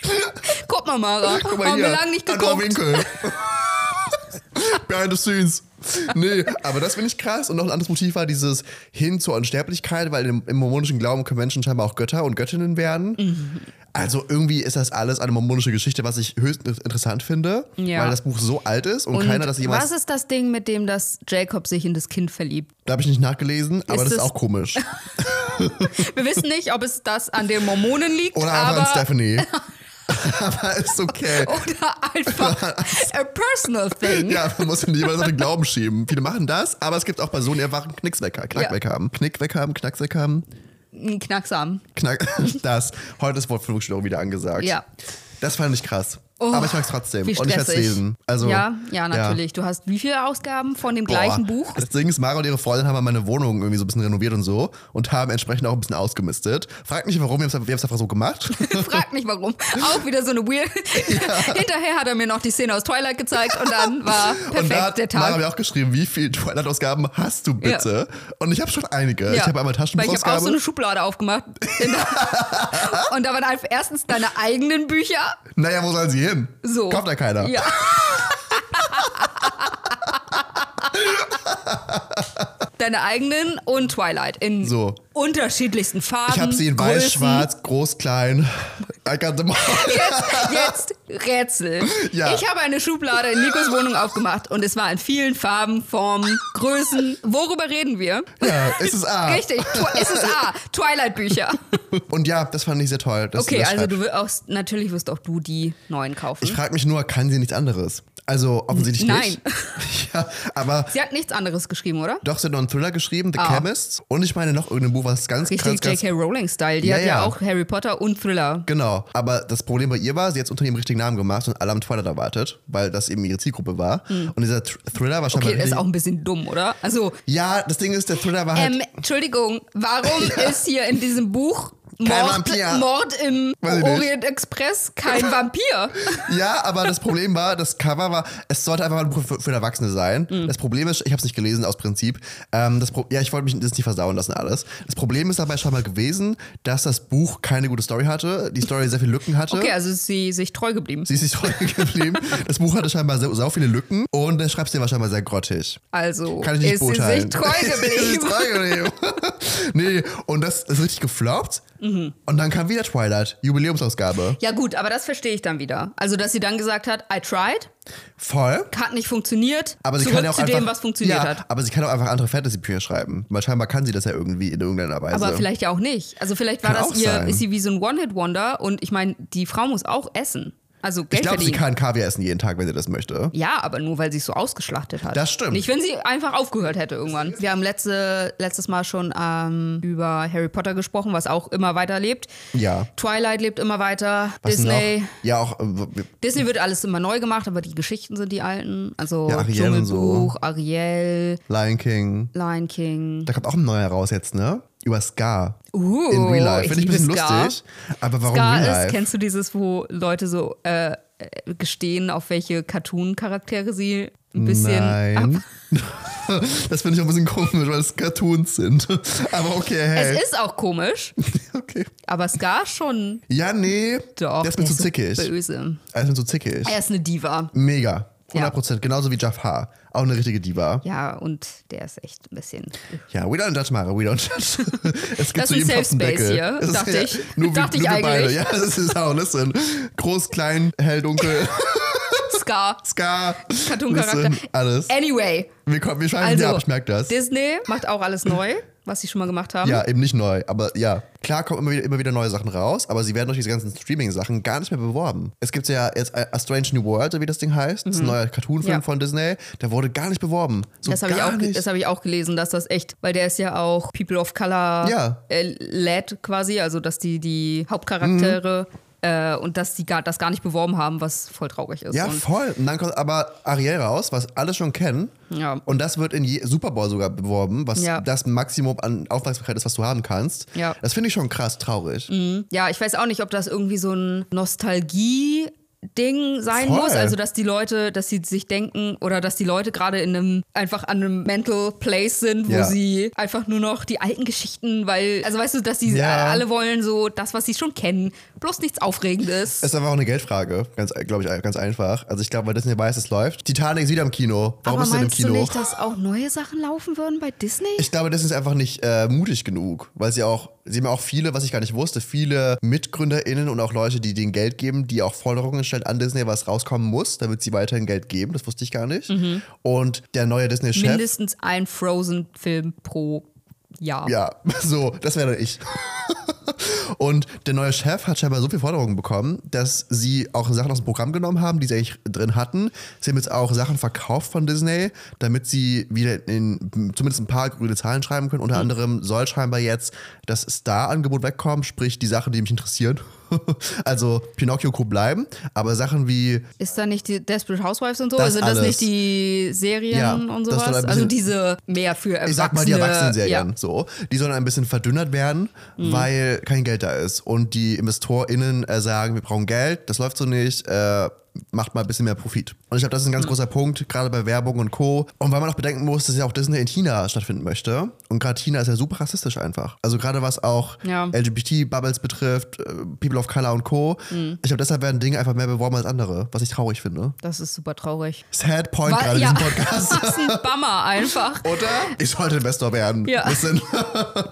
Speaker 4: [LAUGHS] Guck mal, Mara.
Speaker 3: Guck mal
Speaker 4: Haben
Speaker 3: hier,
Speaker 4: wir lange nicht
Speaker 3: anderer
Speaker 4: geguckt. [LAUGHS]
Speaker 3: Winkel. Behind the scenes. Nee, aber das finde ich krass. Und noch ein anderes Motiv war dieses hin zur Unsterblichkeit, weil im, im mormonischen Glauben können Menschen scheinbar auch Götter und Göttinnen werden.
Speaker 4: Mhm.
Speaker 3: Also irgendwie ist das alles eine mormonische Geschichte, was ich höchst interessant finde,
Speaker 4: Ja.
Speaker 3: weil das Buch so alt ist und,
Speaker 4: Und
Speaker 3: keiner das
Speaker 4: was
Speaker 3: jemals.
Speaker 4: ist das Ding, mit dem das Jacob sich in das Kind verliebt?
Speaker 3: Da habe ich nicht nachgelesen, aber
Speaker 4: Ist
Speaker 3: das ist
Speaker 4: es-
Speaker 3: auch komisch.
Speaker 4: Wir wissen nicht, ob es das an den Mormonen liegt, [LAUGHS]
Speaker 3: Oder einfach an
Speaker 4: aber
Speaker 3: Stephanie. aber ist okay. [LAUGHS]
Speaker 4: oder einfach a personal thing.
Speaker 3: Ja, man muss nicht jeweils auf den Glauben schieben. Viele machen das, aber es gibt auch Personen, die einfach einen Knicks weg haben, Knack
Speaker 4: Ja.
Speaker 3: weg haben. Knick weg haben, Knacks weg haben,
Speaker 4: Ein Knacksam.
Speaker 3: Knack. [LAUGHS] Das. Heute ist Wortflugstörung wieder angesagt.
Speaker 4: Ja.
Speaker 3: Das fand ich krass.
Speaker 4: Oh,
Speaker 3: aber ich mag es trotzdem.
Speaker 4: Wie
Speaker 3: Und ich werde es
Speaker 4: stressig.
Speaker 3: lesen. Also,
Speaker 4: ja, ja, natürlich. Du hast wie viele Ausgaben von dem gleichen
Speaker 3: Boah. [LAUGHS]
Speaker 4: Buch?
Speaker 3: Das Ding ist, Mara und ihre Freundin haben meine Wohnung irgendwie so ein bisschen renoviert und so und haben entsprechend auch ein bisschen ausgemistet. Fragt nicht, warum, wir haben es einfach so gemacht.
Speaker 4: [LAUGHS] Frag mich warum. Auch wieder so eine weird. Hinterher hat er mir noch die Szene aus Twilight gezeigt
Speaker 3: [LAUGHS]
Speaker 4: und dann war
Speaker 3: [LAUGHS]
Speaker 4: perfekt
Speaker 3: und da hat
Speaker 4: der
Speaker 3: Mara
Speaker 4: Tag.
Speaker 3: mir auch geschrieben, wie viele Twilight-Ausgaben hast du bitte? Und ich habe schon einige. Ich habe einmal
Speaker 4: Weil ich habe auch so
Speaker 3: Taschenbuchausgabe.
Speaker 4: eine Schublade aufgemacht.
Speaker 3: [LAUGHS]
Speaker 4: In der- und da waren einfach erstens deine eigenen Bücher.
Speaker 3: Naja, wo sollen sie hin?
Speaker 4: So.
Speaker 3: Kauft da keiner.
Speaker 4: Ja. Deine eigenen und Twilight in
Speaker 3: So.
Speaker 4: unterschiedlichsten Farben.
Speaker 3: Ich habe sie in weiß,
Speaker 4: Größen.
Speaker 3: schwarz, groß, klein. I got them all.
Speaker 4: [LAUGHS] Jetzt, jetzt Rätsel.
Speaker 3: [LAUGHS] Ja.
Speaker 4: Ich habe eine Schublade in Nikos Wohnung aufgemacht und es war in vielen Farben, Formen, Größen. Worüber reden wir?
Speaker 3: Ja, es ist A.
Speaker 4: Richtig, Tw- es ist A,
Speaker 3: [LAUGHS]
Speaker 4: Twilight-Bücher.
Speaker 3: Und ja, das fand ich sehr toll. dass
Speaker 4: Okay,
Speaker 3: das
Speaker 4: also
Speaker 3: schreibt.
Speaker 4: du wirst auch, natürlich wirst auch du die neuen kaufen.
Speaker 3: Ich frage mich nur, kann sie nichts anderes? Also offensichtlich
Speaker 4: Nein.
Speaker 3: nicht. [LAUGHS] Ja, aber
Speaker 4: Sie hat nichts anderes geschrieben, oder?
Speaker 3: doch, sie hat noch einen Thriller geschrieben, The
Speaker 4: Ah.
Speaker 3: Chemist. Und ich meine noch irgendein Buch, was ganz,
Speaker 4: Richtig
Speaker 3: ganz, ganz...
Speaker 4: J.K. Rowling-Style. Die
Speaker 3: Ja,
Speaker 4: hat ja,
Speaker 3: ja.
Speaker 4: auch Harry Potter und Thriller.
Speaker 3: Genau, aber das Problem bei ihr war, sie hat es unter ihrem richtigen Namen gemacht und alle haben Twilight erwartet, weil das eben ihre Zielgruppe war. Und dieser Thr- Thriller war scheinbar...
Speaker 4: Hm. Okay, das ist
Speaker 3: richtig-
Speaker 4: auch ein bisschen dumm, oder? Also,
Speaker 3: ja, das Ding ist, der Thriller war halt...
Speaker 4: ähm, Entschuldigung,
Speaker 3: [LAUGHS]
Speaker 4: warum ist hier in diesem Buch
Speaker 3: Kein
Speaker 4: Mord,
Speaker 3: Vampir.
Speaker 4: Mord im
Speaker 3: Weiß ich nicht.
Speaker 4: Orient Express kein Vampir?
Speaker 3: Ja, aber das Problem war, das Cover war, es sollte einfach mal ein Buch für, für Erwachsene sein.
Speaker 4: Mhm.
Speaker 3: Das Problem ist, ich habe es nicht gelesen aus Prinzip. Ähm, das Pro ja, ich wollte mich das nicht versauen lassen alles. Das Problem ist dabei schon mal gewesen, dass das Buch keine gute Story hatte, die Story sehr viele Lücken hatte.
Speaker 4: Okay, also ist sie sich treu geblieben.
Speaker 3: Sie ist nicht treu [LAUGHS] geblieben. Das Buch hatte scheinbar so, so viele Lücken und der Schreibstil war scheinbar sehr grottig.
Speaker 4: Also
Speaker 3: Kann ich nicht
Speaker 4: ist sie
Speaker 3: beurteilen.
Speaker 4: sich treu
Speaker 3: Sie [LAUGHS] ist
Speaker 4: geblieben.
Speaker 3: nicht treu geblieben. [LAUGHS] nee, und das ist richtig gefloppt.
Speaker 4: Mhm.
Speaker 3: Und dann kam wieder Twilight, Jubiläumsausgabe.
Speaker 4: Ja gut, aber das verstehe ich dann wieder. Also, dass sie dann gesagt hat, I tried,
Speaker 3: Voll.
Speaker 4: hat nicht funktioniert,
Speaker 3: Aber sie
Speaker 4: zurück
Speaker 3: kann ja auch
Speaker 4: zu
Speaker 3: einfach,
Speaker 4: dem, was funktioniert
Speaker 3: ja,
Speaker 4: hat.
Speaker 3: Aber sie kann auch einfach andere Fantasy-Bücher schreiben. Weil scheinbar kann sie das ja irgendwie in irgendeiner Weise.
Speaker 4: Aber vielleicht ja auch nicht. Also vielleicht war
Speaker 3: Kann auch
Speaker 4: das ihr,
Speaker 3: sein.
Speaker 4: ist sie wie so ein One-Hit-Wonder und ich meine, die Frau muss auch essen. Also Geld
Speaker 3: ich glaube, sie kann
Speaker 4: verdienen.
Speaker 3: Kaviar essen jeden Tag, wenn sie das möchte.
Speaker 4: Ja, aber nur weil sie es so ausgeschlachtet hat.
Speaker 3: Das stimmt.
Speaker 4: Nicht, wenn sie einfach aufgehört hätte irgendwann. Wir haben letzte, letztes Mal schon ähm, über Harry Potter gesprochen, was auch immer weiterlebt.
Speaker 3: Ja.
Speaker 4: Twilight lebt immer weiter.
Speaker 3: Was
Speaker 4: Disney.
Speaker 3: noch? Ja, auch. äh,
Speaker 4: Disney wird alles immer neu gemacht, aber die Geschichten sind die alten. Also
Speaker 3: Ja, Ariel und so.
Speaker 4: Dschungelbuch, Ariel,
Speaker 3: Lion King.
Speaker 4: Lion King.
Speaker 3: Da kommt auch ein neuer raus jetzt, ne? Über Scar.
Speaker 4: Uh,
Speaker 3: in Real Life.
Speaker 4: ich
Speaker 3: Finde ich ein bisschen
Speaker 4: liebe Scar.
Speaker 3: lustig. Aber warum
Speaker 4: Scar
Speaker 3: Real
Speaker 4: ist,
Speaker 3: Life?
Speaker 4: kennst du dieses, wo Leute so äh, äh, gestehen, auf welche Cartoon-Charaktere sie ein bisschen Ah.
Speaker 3: Nein. [LAUGHS] das finde ich auch ein bisschen komisch, weil es Cartoons sind. [LAUGHS] Aber okay, hey.
Speaker 4: Es ist auch komisch,
Speaker 3: [LAUGHS] okay.
Speaker 4: aber Scar schon
Speaker 3: Ja, nee.
Speaker 4: doch.
Speaker 3: Der ist mir zu
Speaker 4: so
Speaker 3: zickig. Der
Speaker 4: Böse.
Speaker 3: ist mir zu zickig.
Speaker 4: Er ist eine Diva.
Speaker 3: Mega.
Speaker 4: Ja.
Speaker 3: 100 Prozent. Genauso wie Jafar. Auch eine richtige Diva.
Speaker 4: Ja, und der ist echt ein bisschen. [LAUGHS]
Speaker 3: Ja, we don't judge, Mara, we don't judge. Es gibt
Speaker 4: Das ist ein
Speaker 3: jedem Kopf
Speaker 4: Safe
Speaker 3: einen
Speaker 4: Space
Speaker 3: Deckel.
Speaker 4: hier,
Speaker 3: Es ist-
Speaker 4: dachte
Speaker 3: ja,
Speaker 4: ich.
Speaker 3: Nur,
Speaker 4: Dachte
Speaker 3: wie,
Speaker 4: ich
Speaker 3: nur wir Beide.
Speaker 4: eigentlich.
Speaker 3: Ja, das ist auch, listen. Groß, klein, hell,
Speaker 4: [LAUGHS]
Speaker 3: dunkel,
Speaker 4: Scar,
Speaker 3: Ska,
Speaker 4: Cartoon-Charakter.
Speaker 3: listen, alles.
Speaker 4: Anyway,
Speaker 3: Wir, kommen, wir schreiben
Speaker 4: also
Speaker 3: ja ab, ich merke das.
Speaker 4: Disney macht auch alles neu, was sie schon mal gemacht haben.
Speaker 3: Ja, eben nicht neu, aber ja. Klar kommen immer wieder, immer wieder neue Sachen raus, aber sie werden durch diese ganzen Streaming-Sachen gar nicht mehr beworben. Es gibt ja jetzt A A Strange New World, wie das Ding heißt. Das ist ein neuer Cartoon-Film
Speaker 4: Mhm. Ja.
Speaker 3: von Disney. Der wurde gar nicht beworben. So
Speaker 4: Das habe ich,
Speaker 3: gar
Speaker 4: auch ge-
Speaker 3: nicht.
Speaker 4: das hab ich auch gelesen, dass das echt, weil der ist ja auch People of Color
Speaker 3: Ja. Mhm.
Speaker 4: äh, led quasi, also dass die, die Hauptcharaktere Äh, und dass die gar, das gar nicht beworben haben, was voll traurig ist.
Speaker 3: Ja,
Speaker 4: und,
Speaker 3: voll. Und dann kommt aber Ariel raus, was alle schon kennen.
Speaker 4: Ja.
Speaker 3: Und das wird in je Super Bowl sogar beworben, was
Speaker 4: Ja.
Speaker 3: das Maximum an Aufmerksamkeit ist, was du haben kannst.
Speaker 4: Ja. Mhm.
Speaker 3: Das finde ich schon krass traurig.
Speaker 4: ja, ich weiß auch nicht, ob das irgendwie so ein Nostalgie. Ding sein
Speaker 3: Voll.
Speaker 4: muss, also dass die Leute, dass sie sich denken oder dass die Leute gerade in einem einfach an einem mental place sind, wo
Speaker 3: Ja.
Speaker 4: sie einfach nur noch die alten Geschichten, weil also weißt du, dass die
Speaker 3: Ja.
Speaker 4: alle wollen so das, was sie schon kennen, bloß nichts Aufregendes.
Speaker 3: Ist einfach auch eine Geldfrage, ganz, glaube ich, ganz einfach. Also ich glaube, weil Disney weiß, es läuft. Titanic ist wieder im Kino. Warum
Speaker 4: Aber
Speaker 3: ist denn im
Speaker 4: meinst
Speaker 3: Kino?
Speaker 4: du nicht, dass auch neue Sachen laufen würden bei Disney?
Speaker 3: Ich glaube, das ist einfach nicht äh, mutig genug, weil sie auch, sie haben ja auch viele, was ich gar nicht wusste, viele MitgründerInnen und auch Leute, die denen Geld geben, die auch Forderungen stellen an Disney, was rauskommen muss, damit sie weiterhin Geld geben. Das wusste ich gar nicht. Und der neue Disney-Chef.
Speaker 4: Mindestens ein Frozen-Film pro Jahr.
Speaker 3: Ja, [LAUGHS] so, das wäre dann ich. Und der neue Chef hat scheinbar so viele Forderungen bekommen, dass sie auch Sachen aus dem Programm genommen haben, die sie eigentlich drin hatten. Sie haben jetzt auch Sachen verkauft von Disney, damit sie wieder in zumindest ein paar grüne Zahlen schreiben können. Unter anderem soll scheinbar jetzt das Star-Angebot wegkommen, sprich die Sachen, die mich interessieren. [LAUGHS] also Pinocchio Co. bleiben, aber Sachen wie
Speaker 4: Ist da nicht die Desperate Housewives und so?
Speaker 3: Das
Speaker 4: Sind das
Speaker 3: alles.
Speaker 4: nicht die Serien
Speaker 3: Ja, das
Speaker 4: und
Speaker 3: soll ein
Speaker 4: sowas?
Speaker 3: bisschen-
Speaker 4: Also diese mehr für Erwachsene.
Speaker 3: ich sag mal die Erwachsenenserien,
Speaker 4: Ja. Mhm.
Speaker 3: so, die sollen ein bisschen verdünnert werden, weil kein Geld da ist. Und die InvestorInnen äh, sagen, wir brauchen Geld, das läuft so nicht, äh, macht mal ein bisschen mehr Profit. Und ich glaube, das ist ein
Speaker 4: Mhm.
Speaker 3: ganz großer Punkt, gerade bei Werbung und Co. Und weil man auch bedenken muss, dass ja auch Disney in China stattfinden möchte. Und gerade China ist ja super rassistisch einfach. Also gerade was auch
Speaker 4: Ja.
Speaker 3: LGBT-Bubbles betrifft, äh, People of Color und Co.
Speaker 4: Mhm.
Speaker 3: Ich glaube, deshalb werden Dinge einfach mehr beworben als andere, was ich traurig finde.
Speaker 4: Das ist super traurig.
Speaker 3: Sad Point
Speaker 4: Wa-
Speaker 3: gerade in
Speaker 4: ja.
Speaker 3: diesem Podcast.
Speaker 4: [LAUGHS] Das ist ein Bummer einfach.
Speaker 3: Oder? Ich sollte Investor werden.
Speaker 4: Ja.
Speaker 3: Bisschen.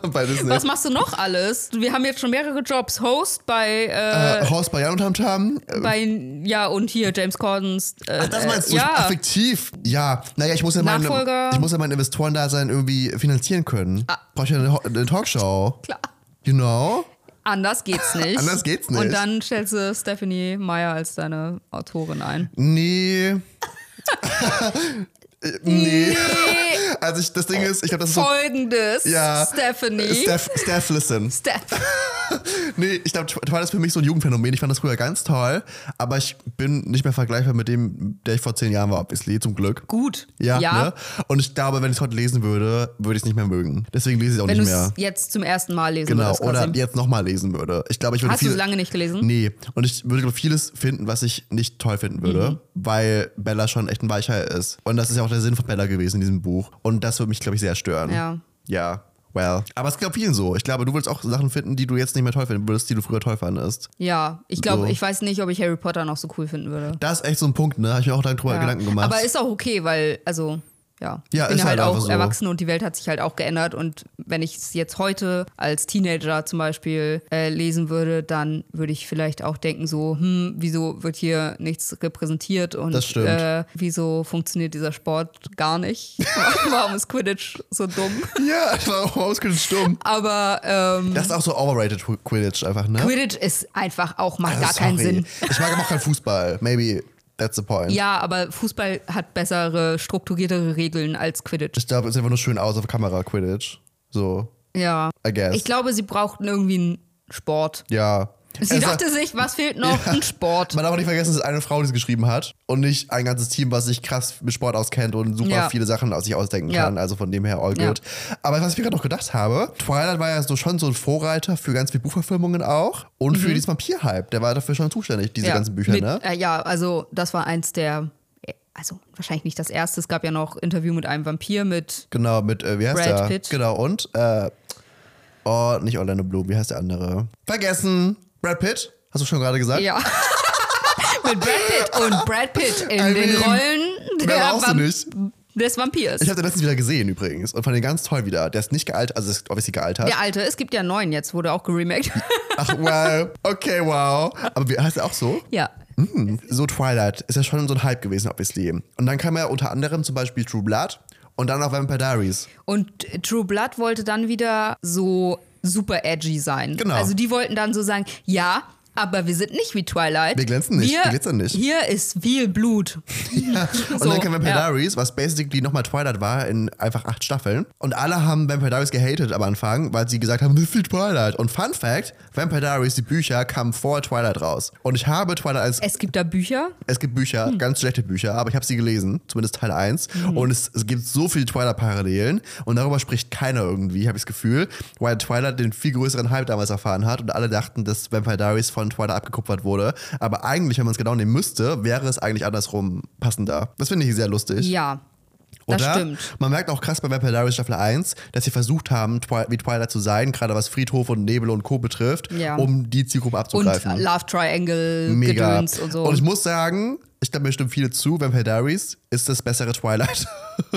Speaker 3: [LAUGHS] bei Disney.
Speaker 4: Was machst du noch alles? Wir haben jetzt schon mehrere Jobs. Host bei, äh,
Speaker 3: äh, Horst bei Jan und Tam Tam. Äh,
Speaker 4: bei ja, und hier James Cordens. Äh,
Speaker 3: Ach, das meinst
Speaker 4: äh,
Speaker 3: du?
Speaker 4: Ja,
Speaker 3: Affektiv. Ja, naja, ich muss ja meine,
Speaker 4: Nachfolger. Ah.
Speaker 3: ich muss ja mein Investorendasein irgendwie finanzieren können. Brauche ich ja eine, Ho- eine Talkshow. Genau.
Speaker 4: klar.
Speaker 3: You know?
Speaker 4: Anders geht's nicht.
Speaker 3: Anders geht's nicht.
Speaker 4: Und dann stellst du Stephanie Meyer als deine Autorin ein.
Speaker 3: Nee.
Speaker 4: [LAUGHS]
Speaker 3: Äh, nee.
Speaker 4: Nee.
Speaker 3: Also ich, das Ding ist, ich glaube, das ist [LAUGHS] so.
Speaker 4: Folgendes,
Speaker 3: Ja.
Speaker 4: Stephanie.
Speaker 3: Steph, Steph, listen.
Speaker 4: Steph.
Speaker 3: Nee, ich glaube, Twilight ist für mich so ein Jugendphänomen. Ich fand das früher ganz toll, aber ich bin nicht mehr vergleichbar mit dem, der ich vor zehn Jahren war, obviously, zum Glück.
Speaker 4: Gut.
Speaker 3: Ja, Ne? und ich glaube, wenn ich es heute lesen würde, würde ich es nicht mehr mögen. Deswegen lese ich es auch
Speaker 4: Wenn du
Speaker 3: nicht
Speaker 4: es
Speaker 3: mehr.
Speaker 4: jetzt zum ersten Mal lesen
Speaker 3: Genau,
Speaker 4: würdest.
Speaker 3: oder
Speaker 4: Kasim.
Speaker 3: jetzt nochmal lesen würde. Ich glaube, ich würde
Speaker 4: Hast du
Speaker 3: viel,
Speaker 4: es lange nicht gelesen?
Speaker 3: Nee, und ich würde glaub, vieles finden, was ich nicht toll finden würde,
Speaker 4: Mhm.
Speaker 3: weil Bella schon echt ein Weichei ist. Und das ist ja auch der Sinn von Bella gewesen in diesem Buch. Und das würde mich, glaube ich, sehr stören.
Speaker 4: Ja.
Speaker 3: Ja, well. Aber es geht auch vielen so. Ich glaube, du willst auch Sachen finden, die du jetzt nicht mehr toll finden würdest, die du früher toll fandest.
Speaker 4: Ja, ich glaube,
Speaker 3: So.
Speaker 4: ich weiß nicht, ob ich Harry Potter noch so cool finden würde.
Speaker 3: Das ist echt so ein Punkt, ne? Habe ich mir auch lange drüber
Speaker 4: Ja.
Speaker 3: Gedanken gemacht.
Speaker 4: Aber ist auch okay, weil, also, ja.
Speaker 3: Ja,
Speaker 4: ich bin
Speaker 3: ist halt
Speaker 4: auch
Speaker 3: einfach so.
Speaker 4: erwachsen und die Welt hat sich halt auch geändert. Und wenn ich es jetzt heute als Teenager zum Beispiel äh, lesen würde, dann würde ich vielleicht auch denken, so, hm, wieso wird hier nichts repräsentiert und
Speaker 3: Das stimmt.
Speaker 4: Äh, wieso funktioniert dieser Sport gar nicht? [LAUGHS] Warum ist Quidditch so dumm?
Speaker 3: [LAUGHS] ja, ich war auch ausgehend stumm.
Speaker 4: Aber ähm,
Speaker 3: Das ist auch so overrated Quidditch einfach, ne?
Speaker 4: Quidditch ist einfach auch, macht
Speaker 3: Also,
Speaker 4: gar keinen
Speaker 3: sorry.
Speaker 4: Sinn.
Speaker 3: Ich mag aber auch keinen Fußball. Maybe that's the point.
Speaker 4: Ja, aber Fußball hat bessere, strukturiertere Regeln als Quidditch.
Speaker 3: Ich glaube, es ist einfach nur schön aus auf Kamera, Quidditch. So,
Speaker 4: Ja.
Speaker 3: I guess.
Speaker 4: Ich glaube, sie brauchten irgendwie einen Sport.
Speaker 3: ja.
Speaker 4: Sie
Speaker 3: Es-
Speaker 4: dachte sich, was fehlt noch? Ein Sport.
Speaker 3: Also- man darf auch nicht vergessen, es ist eine Frau, die es geschrieben hat und nicht ein ganzes Team, was sich krass mit Sport auskennt und super
Speaker 4: Ja.
Speaker 3: viele Sachen aus sich ausdenken
Speaker 4: Ja.
Speaker 3: kann. Also von dem her all
Speaker 4: Ja.
Speaker 3: good. Aber was ich mir gerade noch gedacht habe, Twilight war ja so schon so ein Vorreiter für ganz viele Buchverfilmungen auch und für diesen Vampir-Hype. Der war dafür schon zuständig, diese
Speaker 4: Mhm. ja.
Speaker 3: ganzen Bücher,
Speaker 4: mit,
Speaker 3: ne?
Speaker 4: Äh, ja, also das war eins der, also wahrscheinlich nicht das erste. Es gab ja noch Interview mit einem Vampir mit,
Speaker 3: Genau, mit, äh, wie heißt
Speaker 4: Brad
Speaker 3: der?
Speaker 4: Pitt.
Speaker 3: Genau, und, äh, oh, nicht Orlando Bloom, wie heißt der andere? Vergessen! Brad Pitt, hast du schon gerade gesagt?
Speaker 4: ja. [LAUGHS] mit Brad Pitt und Brad Pitt in
Speaker 3: I
Speaker 4: den
Speaker 3: mean,
Speaker 4: Rollen
Speaker 3: mehr
Speaker 4: der
Speaker 3: brauchst du nicht.
Speaker 4: des Vampirs.
Speaker 3: Ich habe den letztens wieder gesehen übrigens und fand den ganz toll wieder. Der ist nicht gealtert, also ist obviously gealtert.
Speaker 4: der alte, es gibt ja einen neuen jetzt, wurde auch geremaked. [LAUGHS]
Speaker 3: Ach wow, okay wow. Aber wie heißt er auch so?
Speaker 4: ja,
Speaker 3: Hm, so Twilight ist ja schon so ein Hype gewesen obviously. Und dann kam ja unter anderem zum Beispiel True Blood und dann auch Vampire Diaries.
Speaker 4: Und True Blood wollte dann wieder so super edgy sein.
Speaker 3: Genau.
Speaker 4: Also die wollten dann so sagen, ja, Aber wir sind nicht wie Twilight.
Speaker 3: Wir glänzen nicht,
Speaker 4: Hier-
Speaker 3: wir glitzern nicht.
Speaker 4: Hier ist viel Blut.
Speaker 3: [LAUGHS] Und
Speaker 4: So,
Speaker 3: dann kam Vampire
Speaker 4: ja.
Speaker 3: Diaries, was basically nochmal Twilight war, in einfach acht Staffeln. Und alle haben Vampire Diaries gehatet am Anfang, weil sie gesagt haben, wie viel Twilight. Und Fun Fact, Vampire Diaries, die Bücher, kamen vor Twilight raus. Und ich habe Twilight als,
Speaker 4: Es gibt da Bücher.
Speaker 3: es gibt Bücher,
Speaker 4: Hm.
Speaker 3: ganz schlechte Bücher, aber ich habe sie gelesen, zumindest Teil 1. Und es, es gibt so viele Twilight-Parallelen. Und darüber spricht keiner irgendwie, habe ich das Gefühl, weil Twilight den viel größeren Hype damals erfahren hat. Und alle dachten, dass Vampire Diaries von Twilight abgekupfert wurde. Aber eigentlich, wenn man es genau nehmen müsste, wäre es eigentlich andersrum passender. Das finde ich sehr lustig.
Speaker 4: Ja, das
Speaker 3: Oder?
Speaker 4: stimmt.
Speaker 3: Man merkt auch krass bei Vampire Diaries Staffel 1, dass sie versucht haben, Twi wie Twilight zu sein, gerade was Friedhof und Nebel und Co. betrifft,
Speaker 4: Ja.
Speaker 3: um die Zielgruppe
Speaker 4: Und
Speaker 3: abzugreifen.
Speaker 4: Love Triangle,
Speaker 3: Mega.
Speaker 4: Gedöns und so.
Speaker 3: ich muss sagen, ich glaube, mir stimmen viele zu, Vampire Diaries ist das bessere Twilight. [LAUGHS]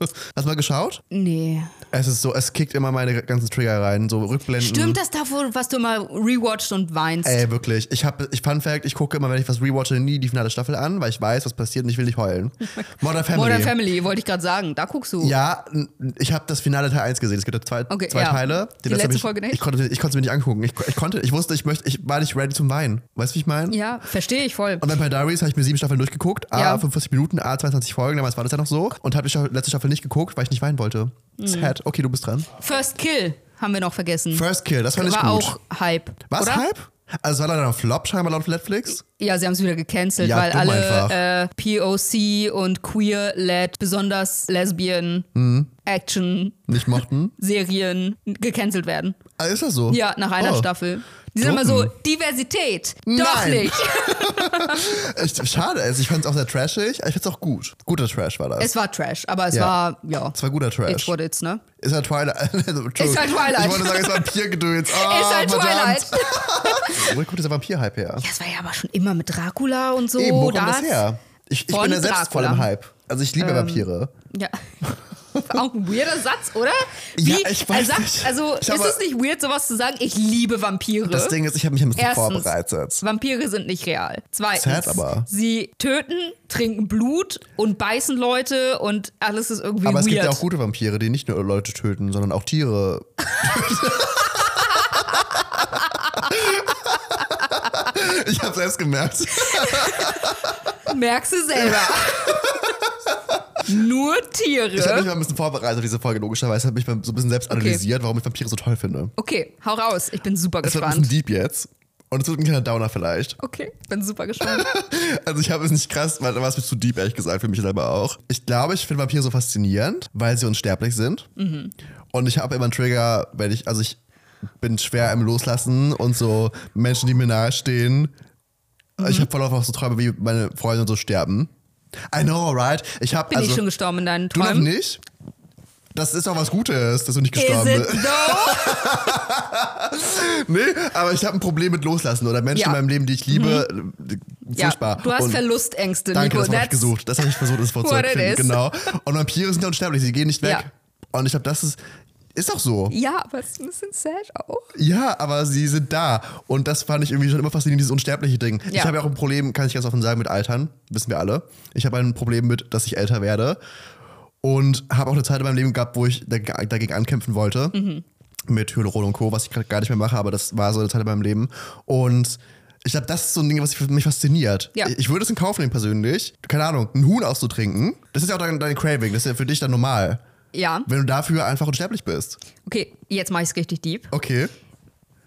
Speaker 3: Hast du mal geschaut?
Speaker 4: nee.
Speaker 3: Es ist so, es kickt immer meine ganzen Trigger rein, so Rückblenden.
Speaker 4: Stimmt das da, wo, was du immer rewatcht und weinst?
Speaker 3: Ey, wirklich. Ich habe, ich Fun Fact, ich gucke immer, wenn ich was rewatche, nie die finale Staffel an, weil ich weiß, was passiert und ich will nicht
Speaker 4: [LAUGHS]
Speaker 3: heulen. Modern Family.
Speaker 4: Modern Family, wollte ich gerade sagen. Da guckst du.
Speaker 3: Ja, n- ich habe das finale Teil 1 gesehen. Es gibt ja zwei,
Speaker 4: Okay,
Speaker 3: zwei
Speaker 4: ja.
Speaker 3: Teile. letzte
Speaker 4: Die letzte
Speaker 3: hab ich,
Speaker 4: Folge nicht?
Speaker 3: Ich konnte, ich konnte es mir nicht angucken. Ich, ich konnte, ich wusste, ich möchte, ich war nicht ready zum Weinen. Weißt du, wie ich meine?
Speaker 4: Ja, verstehe ich voll.
Speaker 3: Und Vampire Diaries habe ich mir sieben Staffeln durchgeguckt, A
Speaker 4: Ja.
Speaker 3: 45 Minuten, A 22 Folgen, damals war das ja noch so. Und habe die Staffel- letzte Staffel nicht geguckt, weil ich nicht weinen wollte.
Speaker 4: Mhm.
Speaker 3: Sad. Okay, du bist dran.
Speaker 4: First Kill haben wir noch vergessen.
Speaker 3: First Kill, das fand ich
Speaker 4: war
Speaker 3: gut.
Speaker 4: auch Hype.
Speaker 3: Was,
Speaker 4: oder?
Speaker 3: Hype? Also es war leider ein Flop scheinbar laut Netflix.
Speaker 4: Ja, sie haben es wieder gecancelt,
Speaker 3: Ja,
Speaker 4: weil
Speaker 3: dumm
Speaker 4: alle äh, POC und Queer-led, besonders Lesbian,
Speaker 3: Mhm.
Speaker 4: Action-Serien
Speaker 3: Nicht
Speaker 4: [LAUGHS]
Speaker 3: mochten.
Speaker 4: gecancelt werden.
Speaker 3: Ah, ist das so?
Speaker 4: Ja, nach einer
Speaker 3: Oh.
Speaker 4: Staffel. Die sind
Speaker 3: Dumm.
Speaker 4: immer so, Diversität, doch
Speaker 3: Nein.
Speaker 4: nicht.
Speaker 3: Ich, schade, also ich fand es auch sehr trashig. Ich fand es auch gut. Guter Trash war das.
Speaker 4: Es war Trash, aber es
Speaker 3: Ja.
Speaker 4: war, ja,
Speaker 3: Es war guter Trash.
Speaker 4: it's what it's, ne?
Speaker 3: Ist halt Twilight. [LAUGHS] Also, Entschuldigung.
Speaker 4: Ist halt Twilight.
Speaker 3: Ich wollte sagen, ist
Speaker 4: [LAUGHS]
Speaker 3: Vampirgedöns. Ah,
Speaker 4: ist halt Twilight.
Speaker 3: verdammt. Oh, Woher kommt dieser Vampir-Hype her?
Speaker 4: Ja, es war ja aber schon immer mit Dracula und so.
Speaker 3: Eben, wo kommt
Speaker 4: das-
Speaker 3: das her? Ich, ich
Speaker 4: Von
Speaker 3: bin ja selbst voll
Speaker 4: Dracula. Ähm.
Speaker 3: im Hype. Also ich liebe Vampire.
Speaker 4: Ja. [LAUGHS] Auch ein weirder Satz, oder?
Speaker 3: Ja, ich weiß
Speaker 4: er sagt,
Speaker 3: nicht.
Speaker 4: Also
Speaker 3: Ich
Speaker 4: ist
Speaker 3: habe-
Speaker 4: es nicht weird, sowas zu sagen, ich liebe Vampire.
Speaker 3: Das Ding ist, ich habe mich ein bisschen
Speaker 4: Erstens,
Speaker 3: vorbereitet.
Speaker 4: Vampire sind nicht real. Zweitens,
Speaker 3: Sad aber.
Speaker 4: sie töten, trinken Blut und beißen Leute und alles ist irgendwie
Speaker 3: Aber es
Speaker 4: weird.
Speaker 3: gibt ja auch gute Vampire, die nicht nur Leute töten, sondern auch Tiere. [LAUGHS] ich habe selbst gemerkt.
Speaker 4: Merkst
Speaker 3: [LAUGHS]
Speaker 4: du selber. Nur
Speaker 3: Ich habe mich
Speaker 4: Tiere.
Speaker 3: mal ein bisschen vorbereitet auf diese Folge, logischerweise. habe mich mal so ein bisschen selbst analysiert, warum ich Vampire so toll finde.
Speaker 4: Okay, hau raus. Ich bin super
Speaker 3: Es wird ein bisschen
Speaker 4: Oh, gespannt.
Speaker 3: deep jetzt. Und es wird ein kleiner Downer vielleicht.
Speaker 4: Okay, bin super gespannt.
Speaker 3: Also ich habe es nicht krass, weil da war es mir zu deep, ehrlich gesagt, für mich selber auch. Ich glaube, ich finde Vampire so faszinierend, weil sie unsterblich sind.
Speaker 4: Mhm.
Speaker 3: Und ich habe immer einen Trigger, wenn ich, also ich bin schwer im Loslassen und so Menschen, die mir nahestehen. Also
Speaker 4: Mhm.
Speaker 3: Ich habe voll oft auch so Träume, wie meine Freunde und so sterben. I know, right? Ich habe
Speaker 4: Bin
Speaker 3: also,
Speaker 4: ich schon gestorben in deinen
Speaker 3: du noch
Speaker 4: Träumen?
Speaker 3: nicht? Das ist doch was Gutes, dass du nicht
Speaker 4: Is
Speaker 3: gestorben
Speaker 4: it
Speaker 3: bist. [LAUGHS]
Speaker 4: though?
Speaker 3: Nee, aber ich habe ein Problem mit Loslassen oder Menschen
Speaker 4: Ja. Mhm.
Speaker 3: in meinem Leben, die ich liebe. äh,
Speaker 4: Ja,
Speaker 3: Furchtbar.
Speaker 4: du hast
Speaker 3: und
Speaker 4: Verlustängste,
Speaker 3: Danke,
Speaker 4: Nico.
Speaker 3: das habe ich
Speaker 4: That's-
Speaker 3: gesucht. Das habe ich versucht, das Wort zu
Speaker 4: [LAUGHS] What it
Speaker 3: finden.
Speaker 4: is.
Speaker 3: Genau. Und Vampire sind ja unsterblich, sie gehen nicht weg. Und ich glaube, das ist. Ist auch so.
Speaker 4: Ja, aber es ist ein bisschen sad auch.
Speaker 3: Ja, aber sie sind da. Und das fand ich irgendwie schon immer faszinierend, dieses unsterbliche Ding. Ich
Speaker 4: Ja.
Speaker 3: habe ja auch ein Problem, kann ich ganz offen sagen, mit Altern. Wissen wir alle. Ich habe ein Problem mit, dass ich älter werde. Und habe auch eine Zeit in meinem Leben gehabt, wo ich dag- dagegen ankämpfen wollte.
Speaker 4: Mhm.
Speaker 3: Mit Hyaluron und Co., was ich gerade gar nicht mehr mache, aber das war so eine Zeit in meinem Leben. Und ich glaube, das ist so ein Ding, was mich fasziniert.
Speaker 4: Ja.
Speaker 3: Ich- Ich würde es in Kauf nehmen persönlich. Keine Ahnung, ein Huhn auszutrinken. Das ist ja auch dein, dein Craving. Das ist ja für dich dann normal.
Speaker 4: Ja,
Speaker 3: Wenn du dafür einfach unsterblich bist.
Speaker 4: okay, jetzt mache ich es richtig deep.
Speaker 3: Okay.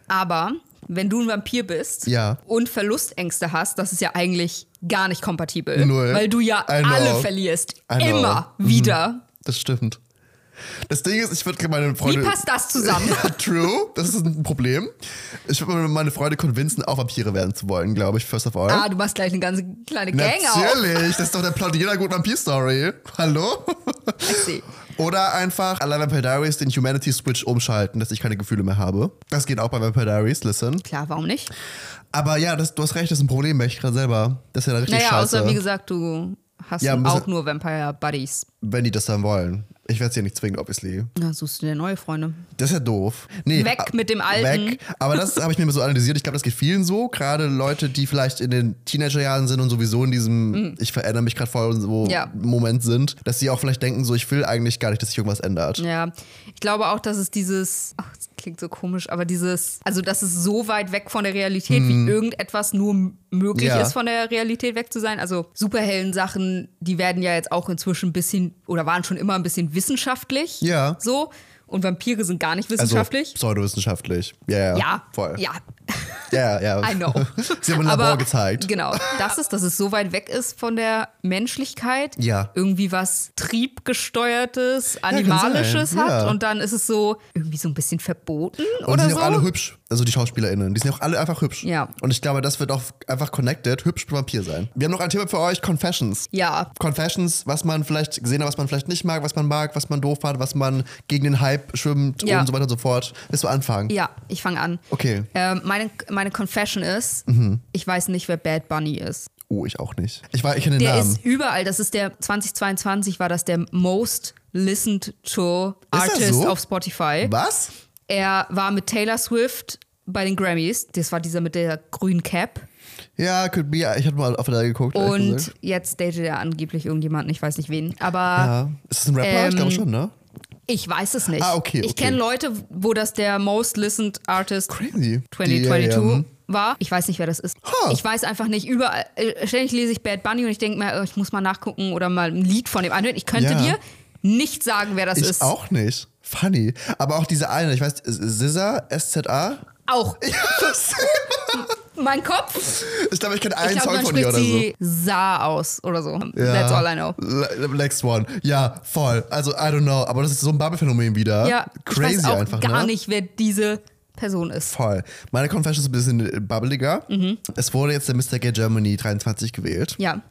Speaker 4: Aber wenn du ein Vampir bist
Speaker 3: Ja.
Speaker 4: und Verlustängste hast, das ist ja eigentlich gar nicht kompatibel.
Speaker 3: Null.
Speaker 4: Weil du ja
Speaker 3: I know.
Speaker 4: alle verlierst.
Speaker 3: I know. Mhm.
Speaker 4: Immer wieder.
Speaker 3: Das stimmt. Das Ding ist, ich würde meine
Speaker 4: Wie
Speaker 3: Freunde.
Speaker 4: passt das zusammen?
Speaker 3: [LAUGHS] Ja, True, das ist ein Problem. Ich würde meine Freunde convincen, auch Vampire werden zu wollen, glaube ich, first of all.
Speaker 4: Ah, du machst gleich eine ganze kleine Gang auf.
Speaker 3: Natürlich, das ist doch der Plot jeder guten Vampir-Story. Hallo?
Speaker 4: I see.
Speaker 3: Oder einfach alle Vampire Diaries den Humanity-Switch umschalten, dass ich keine Gefühle mehr habe. Das geht auch bei Vampire Diaries, listen.
Speaker 4: Klar, warum nicht?
Speaker 3: Aber ja das, du hast recht, das ist ein Problem, merke ich gerade selber. Das ist ja dann richtig
Speaker 4: Naja,
Speaker 3: scheiße,
Speaker 4: außer wie gesagt, du hast
Speaker 3: Ja, muss-
Speaker 4: auch nur Vampire Buddies.
Speaker 3: wenn die das dann wollen. Ich werde es dir nicht zwingen, obviously.
Speaker 4: Na, suchst du dir neue Freunde.
Speaker 3: Das ist ja doof. Nee,
Speaker 4: Weg
Speaker 3: a-
Speaker 4: mit dem Alten.
Speaker 3: Weg. Aber das habe ich mir so analysiert. Ich glaube, das geht vielen so. Gerade Leute, die vielleicht in den Teenagerjahren sind und sowieso in diesem Ich verändere mich gerade voll so
Speaker 4: Mhm. Ja.
Speaker 3: Moment sind, dass sie auch vielleicht denken, so ich will eigentlich gar nicht, dass sich irgendwas ändert.
Speaker 4: Ja, ich glaube auch, dass es dieses, ach, das klingt so komisch, aber dieses, also dass es so weit weg von der Realität, wie irgendetwas nur m- möglich
Speaker 3: Mhm. Ja.
Speaker 4: ist, von der Realität weg zu sein. Also Superhelden Sachen, die werden ja jetzt auch inzwischen ein bisschen oder waren schon immer ein bisschen wissenschaftlich.
Speaker 3: Ja.
Speaker 4: So. Und Vampire sind gar nicht
Speaker 3: Also
Speaker 4: wissenschaftlich.
Speaker 3: pseudowissenschaftlich. Ja, ja.
Speaker 4: ja,
Speaker 3: Voll.
Speaker 4: ja,
Speaker 3: ja, ja.
Speaker 4: I know.
Speaker 3: [LAUGHS] sie haben ein Labor
Speaker 4: Aber
Speaker 3: gezeigt.
Speaker 4: Genau, das ist, dass es so weit weg ist von der Menschlichkeit.
Speaker 3: Ja.
Speaker 4: Irgendwie was triebgesteuertes,
Speaker 3: kann
Speaker 4: animalisches
Speaker 3: sein,
Speaker 4: hat
Speaker 3: ja.
Speaker 4: und dann ist es so irgendwie so ein bisschen verboten
Speaker 3: Und die
Speaker 4: oder
Speaker 3: sind
Speaker 4: so.
Speaker 3: auch alle hübsch. Also die SchauspielerInnen. Die sind auch alle einfach hübsch.
Speaker 4: Ja.
Speaker 3: Und ich glaube, das wird auch einfach connected. Hübsch mit Vampir sein. Wir haben noch ein Thema für euch: Confessions.
Speaker 4: ja,
Speaker 3: Confessions, was man vielleicht gesehen hat, was man vielleicht nicht mag, was man mag, was man doof hat, was man gegen den Hype schwimmt
Speaker 4: Ja.
Speaker 3: und so weiter und so fort. Willst du anfangen?
Speaker 4: ja, ich fange an.
Speaker 3: Okay. Mhm.
Speaker 4: Ähm, meine, meine Confession ist, ich weiß nicht, wer Bad Bunny ist.
Speaker 3: Oh, ich auch nicht. Ich war ich kenne den
Speaker 4: Der
Speaker 3: Namen.
Speaker 4: ist überall. Das ist der 2022 war das der most listened to
Speaker 3: das
Speaker 4: Artist
Speaker 3: so?
Speaker 4: auf Spotify.
Speaker 3: was?
Speaker 4: Er war mit Taylor Swift bei den Grammys. Das war dieser mit der grünen Cap.
Speaker 3: Ja, could be. Ich hatte mal auf der geguckt. ehrlich
Speaker 4: Und
Speaker 3: gesagt.
Speaker 4: jetzt datet er angeblich irgendjemanden, ich weiß nicht wen. Aber
Speaker 3: ja. Ist das ein Rapper? ich
Speaker 4: Ähm,
Speaker 3: glaube schon, ne?
Speaker 4: ich weiß es nicht.
Speaker 3: Ah, okay,
Speaker 4: Ich
Speaker 3: okay.
Speaker 4: kenne Leute, wo das der Most Listened Artist
Speaker 3: Crazy.
Speaker 4: 2022
Speaker 3: Die, ähm,
Speaker 4: war. Ich weiß nicht, wer das ist.
Speaker 3: Ha.
Speaker 4: Ich weiß einfach nicht. Überall, äh, ständig lese ich Bad Bunny und ich denke mir, äh, ich muss mal nachgucken oder mal ein Lied von dem anhören. Ich könnte
Speaker 3: Ja.
Speaker 4: dir nicht sagen, wer das
Speaker 3: ich
Speaker 4: ist.
Speaker 3: auch nicht. Funny. Aber auch diese eine, ich weiß, SZA, [LAUGHS] SZA.
Speaker 4: Auch. mein Kopf.
Speaker 3: Ich glaube, ich kenne
Speaker 4: Ich
Speaker 3: einen
Speaker 4: glaube,
Speaker 3: Song
Speaker 4: man
Speaker 3: von ihr
Speaker 4: spricht
Speaker 3: oder so.
Speaker 4: sie Sa aus oder so.
Speaker 3: Ja.
Speaker 4: That's all I know.
Speaker 3: Le- Next one. Ja, voll. Also, I don't know. Aber das ist so ein Bubble-Phänomen wieder.
Speaker 4: Ja,
Speaker 3: Crazy
Speaker 4: ich weiß auch
Speaker 3: einfach,
Speaker 4: gar
Speaker 3: ne?
Speaker 4: nicht, wer diese Person ist.
Speaker 3: Voll. Meine Confession ist ein bisschen bubbeliger. Es wurde jetzt der Mr. Gay Germany 23 gewählt.
Speaker 4: Mhm. Ja,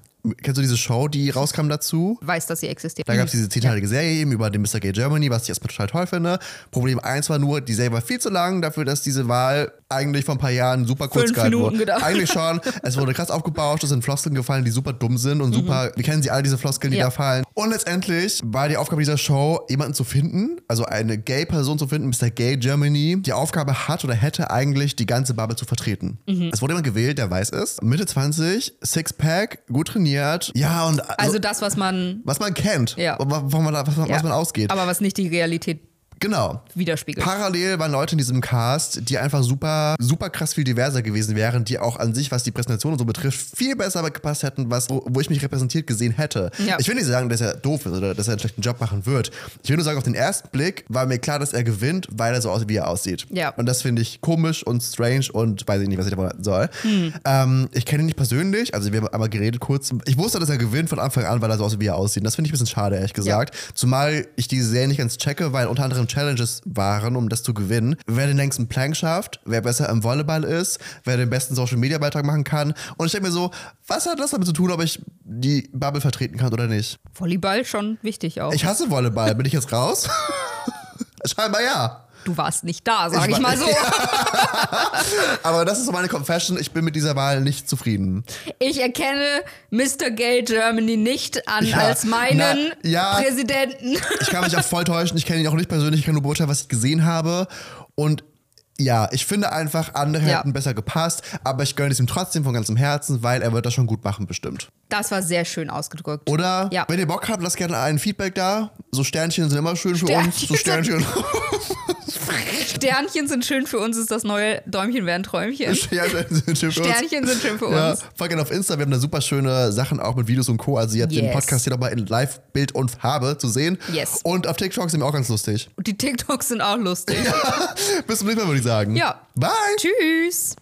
Speaker 3: Kennst du diese Show, die rauskam dazu?
Speaker 4: weiß, dass sie existiert.
Speaker 3: Da gab es diese zehnteilige Serie eben über den Mr. Gay Germany, was ich erstmal total toll finde. Problem eins war nur, die Serie war viel zu lang dafür, dass diese Wahl eigentlich vor ein paar Jahren super kurz
Speaker 4: Fünf
Speaker 3: gehalten
Speaker 4: Minuten
Speaker 3: wurde.
Speaker 4: gedauert. [LAUGHS]
Speaker 3: Eigentlich schon. Es wurde krass aufgebauscht, es sind Floskeln gefallen, die super dumm sind und super, wir kennen sie alle, diese Floskeln, die
Speaker 4: Mhm. Ja.
Speaker 3: da fallen. Und letztendlich war die Aufgabe dieser Show, jemanden zu finden, also eine Gay-Person zu finden, Mr. Gay Germany, die Aufgabe hat oder hätte eigentlich, die ganze Bubble zu vertreten.
Speaker 4: Mhm.
Speaker 3: Es wurde jemand gewählt, der weiß ist, Mitte 20, Sixpack, gut trainiert, ja und...
Speaker 4: Also das, was man,
Speaker 3: Was man kennt,
Speaker 4: Ja.
Speaker 3: wa- wa- wovon man, da- was, man,
Speaker 4: ja,
Speaker 3: was man ausgeht.
Speaker 4: aber was nicht die Realität
Speaker 3: genau.
Speaker 4: widerspiegelt.
Speaker 3: Parallel waren Leute in diesem Cast, die einfach super, super krass viel diverser gewesen wären, die auch an sich, was die Präsentation und so betrifft, viel besser gepasst hätten, was, wo, wo ich mich repräsentiert gesehen hätte.
Speaker 4: Ja.
Speaker 3: Ich will nicht sagen, dass er doof ist oder dass er einen schlechten Job machen wird. Ich will nur sagen, auf den ersten Blick war mir klar, dass er gewinnt, weil er so aussieht, wie er aussieht.
Speaker 4: Ja.
Speaker 3: Und das finde ich komisch und strange und weiß ich nicht, was ich davon halten soll. Ähm, ich kenne ihn nicht persönlich, also wir haben einmal geredet kurz. Ich wusste, dass er gewinnt von Anfang an, weil er so aussieht, wie er aussieht. Und Das finde ich ein bisschen schade, ehrlich gesagt. Zumal ich die Serie nicht ganz checke, weil unter anderem Challenges waren, um das zu gewinnen. Wer den längsten Plank schafft, wer besser im Volleyball ist, wer den besten Social-Media-Beitrag machen kann. Und ich denke mir so, was hat das damit zu tun, ob ich die Bubble vertreten kann oder nicht?
Speaker 4: Volleyball schon wichtig auch.
Speaker 3: Ich hasse Volleyball. Bin ich jetzt raus? [LAUGHS] Scheinbar ja.
Speaker 4: du warst nicht da, sag
Speaker 3: Ich
Speaker 4: ich,
Speaker 3: war- [LAUGHS]
Speaker 4: mal so. [LAUGHS]
Speaker 3: Aber das ist so meine Confession. Ich bin mit dieser Wahl nicht zufrieden.
Speaker 4: Ich erkenne Mr. Gay Germany nicht an
Speaker 3: Ja,
Speaker 4: als meinen
Speaker 3: na, ja.
Speaker 4: Präsidenten.
Speaker 3: Ich kann mich auch voll täuschen. Ich kenne ihn auch nicht persönlich. Ich kann nur beurteilen, was ich gesehen habe. Und ja, ich finde einfach, andere
Speaker 4: Ja.
Speaker 3: hätten besser gepasst. Aber ich gönne es ihm trotzdem von ganzem Herzen, weil er wird das schon gut machen, bestimmt.
Speaker 4: Das war sehr schön ausgedrückt.
Speaker 3: Oder?
Speaker 4: Ja.
Speaker 3: Wenn ihr Bock habt, lasst gerne ein Feedback da. So Sternchen sind immer schön für uns. So Sternchen.
Speaker 4: Sternchen. [LAUGHS]
Speaker 3: [LAUGHS]
Speaker 4: Sternchen sind schön für uns, ist das neue Däumchen werden
Speaker 3: [LAUGHS]
Speaker 4: Träumchen. [LAUGHS]
Speaker 3: Sternchen sind schön für uns.
Speaker 4: Sternchen sind schön für
Speaker 3: Ja,
Speaker 4: uns.
Speaker 3: folgt gerne auf Insta. Wir haben da super schöne Sachen auch mit Videos und Co. Also, ihr habt den
Speaker 4: Yes.
Speaker 3: Podcast hier nochmal in Live-Bild und Farbe zu sehen.
Speaker 4: Yes.
Speaker 3: Und auf TikTok sind wir auch ganz lustig. [LAUGHS]
Speaker 4: Und die TikToks sind auch lustig.
Speaker 3: Bis zum nächsten Mal, würde ich sagen.
Speaker 4: Ja.
Speaker 3: Bye.
Speaker 4: Tschüss.